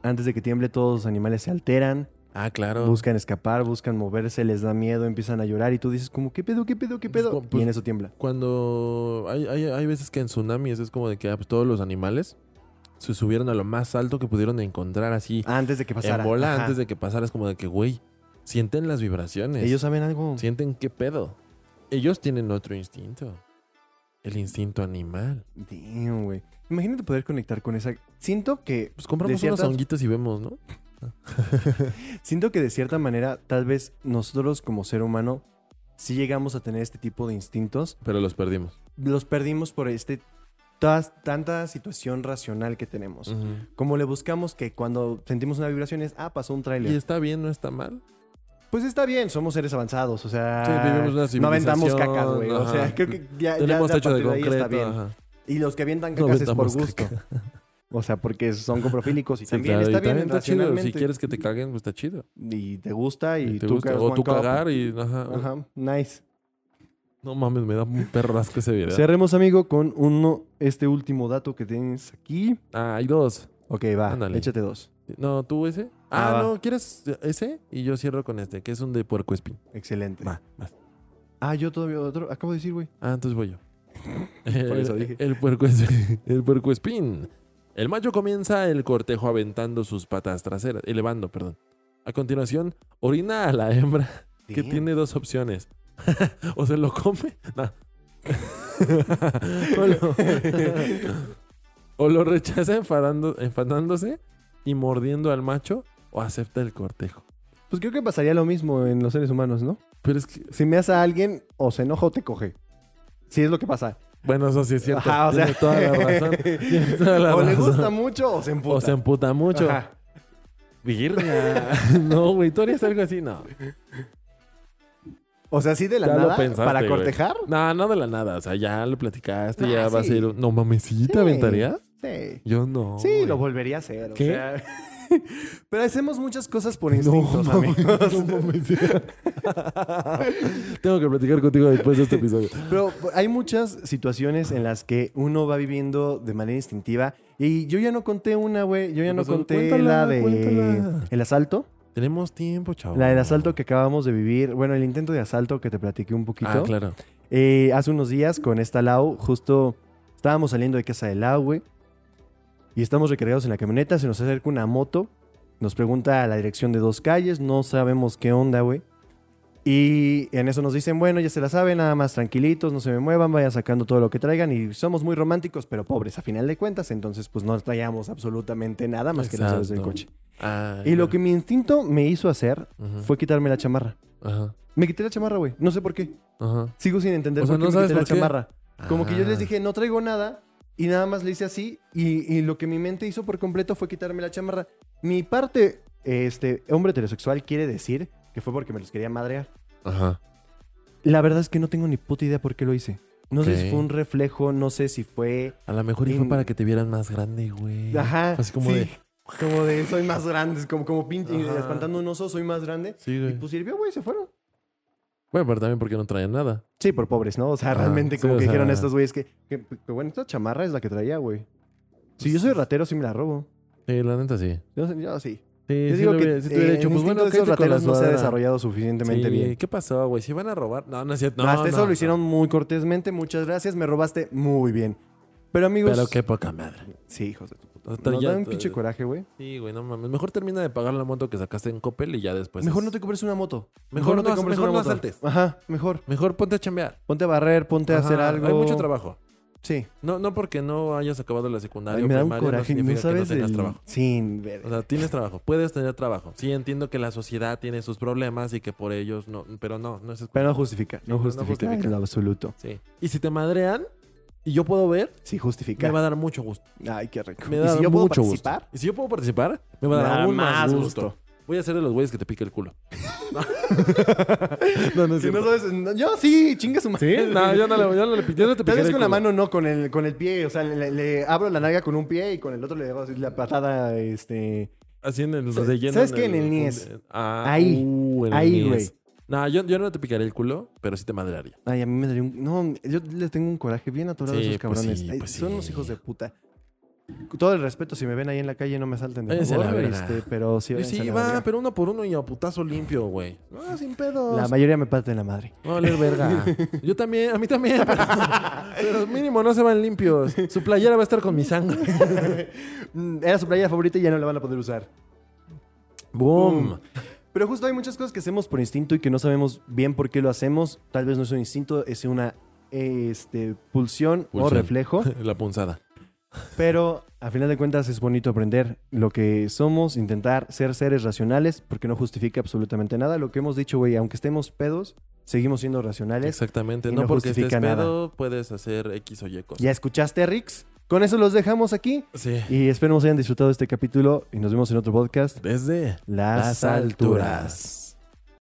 Antes de que tiemble, todos los animales se alteran, Ah, claro. buscan escapar, buscan moverse, les da miedo, empiezan a llorar y tú dices como, ¿qué pedo, qué pedo, qué Pues, pedo? co- pues- y en eso tiembla. Cuando hay, hay, hay veces que en tsunamis es como de que ah, pues, todos los animales se subieron a lo más alto que pudieron encontrar así. Antes de Ah, que pasara. en bola Ajá. antes de que pasara es como de que, güey, sienten las vibraciones. Ellos saben algo. sienten qué pedo. Ellos tienen otro instinto. El instinto animal. Damn, güey. Imagínate poder conectar con esa. Siento que. Pues compramos De unos ciertas- honguitos y vemos, ¿no? Siento que de cierta manera, tal vez nosotros como ser humano, sí llegamos a tener este tipo de instintos. Pero los perdimos. Los perdimos por este. tas- tanta situación racional que tenemos. Como le buscamos que cuando sentimos una vibración es, ah, pasó un Y tráiler. está bien, no está mal. Pues está bien, somos seres avanzados, o sea, Sí, vivimos una no aventamos civilización, cacas, güey. O ajá. sea, creo que ya, Ah, ya Tenemos a techo de partir ahí concreto. está bien. ajá. Y los que avientan No cacas es por aventamos [laughs] gusto. O sea, porque son coprofílicos y Sí, también claro, y está bien también chido. racionalmente. Si quieres que te caguen, pues está chido. y te gusta y, Y te tú gusta. cagas O one tú cup. cagar y... Ajá. Ajá, nice. No mames, me da un perro asco ese video. Cerremos, amigo, con uno, este último dato que tienes aquí. Ah, hay dos. Ok, va, Ándale. échate dos. No, tú ese. Ah, Ah, va. no, ¿quieres ese? Y yo cierro con este, que es un de puerco espín. Excelente. Va, va. Ah, yo todavía otro, acabo de decir, güey. Ah, entonces voy yo. [laughs] Por eso El- dije. El puerco, [laughs] el puerco espín. El macho comienza el cortejo aventando sus patas traseras, elevando, perdón. A continuación, orina a la hembra, que Damn. tiene dos opciones. [laughs] o se lo come. [laughs] No. o, lo, [laughs] o lo rechaza enfadando- enfadándose y mordiendo al macho, o acepta el cortejo. Pues creo que pasaría lo mismo en los seres humanos, ¿no? Pero es que Si me hace a alguien, o se enoja o te coge. Sí, es lo que pasa. Bueno, eso sí es cierto. Ajá, o sea. Tiene toda [laughs] la razón. Tiene toda la o le razón. gusta mucho o se emputa. O se em- emputa mucho. Ajá. Virga. [laughs] no, güey, tú harías algo así, no. O sea, así de la Ya lo nada, pensaste, para güey. cortejar. No, no de la nada. O sea, ya lo platicaste, ya Ah, va a sí. ser. un- No mamecita, Sí. ¿te aventarías? Sí. Yo no. Sí, güey. lo volvería a hacer. o ¿Qué? sea. [laughs] Pero hacemos muchas cosas por [laughs] No, instintos, mames, amigos. [laughs] no mames. Tengo que platicar contigo después de este episodio. Pero hay muchas situaciones en las que uno va viviendo de manera instintiva. Y yo ya no conté una, güey. Yo ya no pasó? conté Cuéntala, la de. cuéntala. El asalto. Tenemos tiempo, chaval. La del asalto que acabamos de vivir. Bueno, el intento de asalto que te platiqué un poquito. Ah, claro. Eh, hace unos días con esta Lau, justo estábamos saliendo de casa de Lau, güey. Y estamos recargados en la camioneta, se nos acerca una moto, nos pregunta la dirección de dos calles, no sabemos qué onda, güey. Y en eso nos dicen, bueno, ya se la saben, nada más tranquilitos, no se me muevan, vayan sacando todo lo que traigan. Y somos muy románticos, pero pobres a final de cuentas, entonces pues no traíamos absolutamente nada más que las llaves del Exacto. coche. Ah, Y lo claro. que mi instinto me hizo hacer Ujú. fue quitarme la chamarra. Ajá. Me quité la chamarra, güey, no sé por qué. Ajá. Sigo sin entender O sea, por qué no me sabes quité por qué. la chamarra. Como que yo Ah. les dije, no traigo nada. Y nada más le hice así. Y, y lo que mi mente hizo por completo fue quitarme la chamarra. Mi parte, este, hombre heterosexual quiere decir que fue porque me los quería madrear. Ah, Ajá. La verdad es que no tengo ni puta idea por qué lo hice. No sé si Ok. fue un reflejo, no sé si fue... A lo mejor y fue Y- para que te vieran más grande, güey. Ajá. Así como sí, de. Como de, soy más grande. es Como, como pinche, Ajá. espantando un oso, soy más grande. Sí, Y güey. pues sirvió, güey, se fueron. Bueno, pero también porque no traían nada. Sí, por pobres, ¿no? O sea, Ajá, realmente sí, como o que dijeron sea- estos güeyes que, que, que, bueno, esta chamarra es la que traía, güey. Si Pues yo soy ratero, sí me la robo. Sí, la neta sí. Yo, yo sí. Sí, Yo sí digo lo que hubiera- sí te eh, hubiera el dicho, pues instinto bueno, de esos cállate con la rateros no se ha sudadera. desarrollado suficientemente Sí, bien. ¿Qué pasó, güey? ¿Se iban a robar? No, no es No, cierto. No, hasta eso no, lo hicieron muy cortésmente. Muchas gracias, me robaste muy bien. Pero no. amigos... Pero qué poca madre. Sí, hijos de tu puta O sea, Nos ya- da un pinche coraje, güey. Sí, güey, no mames. Mejor termina de pagar la moto que sacaste en Coppel y ya después. mejor pues es- no te compres una moto. Mejor no- mejor no moto. asaltes. Ajá, mejor. Mejor ponte a chambear. Ponte a barrer, ponte a Ajá, hacer algo. Hay mucho trabajo. Sí. No, no porque no hayas acabado la secundaria. Ay, o me da un primaria, no coraje. No, significa que no sabes tengas el- trabajo. Sí, O ver- sea, tienes trabajo, puedes tener trabajo. Sí, entiendo que la sociedad tiene sus problemas y que por ellos no, pero no, no es excusa. Pero no justifica. No no justifica justifica. en lo absoluto. Sí. Y si te madrean y yo puedo ver, Sí, me justifica. va a dar mucho gusto. Ay, qué rico. Me ¿Y va a dar si yo puedo mucho participar? gusto. Y si yo puedo participar, me va a dar Nada aún más más gusto. gusto. Voy a ser de los güeyes que te pique el culo. No, no, si no sabes, no, yo sí, chinga su madre. No, yo no le, yo no le yo no te Tal piqué vez el con la culo. mano no, con el, con el pie. O sea, le, le abro la nalga con un pie y con el otro le dejo así la patada, este... Así en el Sa- relleno. ¿sabes qué? En el funde- nies. Ah, Ahí. uh, en el Ahí, nies. No, yo, yo no te picaré el culo, pero sí te madrearía. Ay, a mí me daría un... No, yo les tengo un coraje bien atorado a Sí, esos pues cabrones. sí, Ay, pues Son sí. unos hijos de puta. Con todo el respeto, si me ven ahí en la calle, no me salten de Váyanse a la favor, verga. este, pero sí, Sí, váyanse a la va, verga. pero pues uno por uno y a putazo limpio, güey. No, sin pedos. La mayoría me parten la madre. Va a [laughs] valer verga. Yo también, a mí también. Pero, pero mínimo no se van limpios. Su playera va a estar con mi sangre. [laughs] Mm, Era su playa favorita y ya no la van a poder usar. Boom. Pero justo hay muchas cosas que hacemos por instinto y que no sabemos bien por qué lo hacemos. Tal vez no es un instinto, es una este, pulsión, o Pulsión. [laughs] reflejo. La punzada. Pero a final de cuentas es bonito aprender lo que somos, intentar ser seres racionales, porque no justifica absolutamente nada. Lo que hemos dicho, güey, aunque estemos pedos, seguimos siendo racionales. Exactamente. y No, no porque estés justifica nada. pedo, puedes hacer X o Y cosas. ¿Ya escuchaste, Rix? Con eso los dejamos aquí Sí. y esperemos hayan disfrutado este capítulo y nos vemos en otro podcast. Desde Las, las alturas.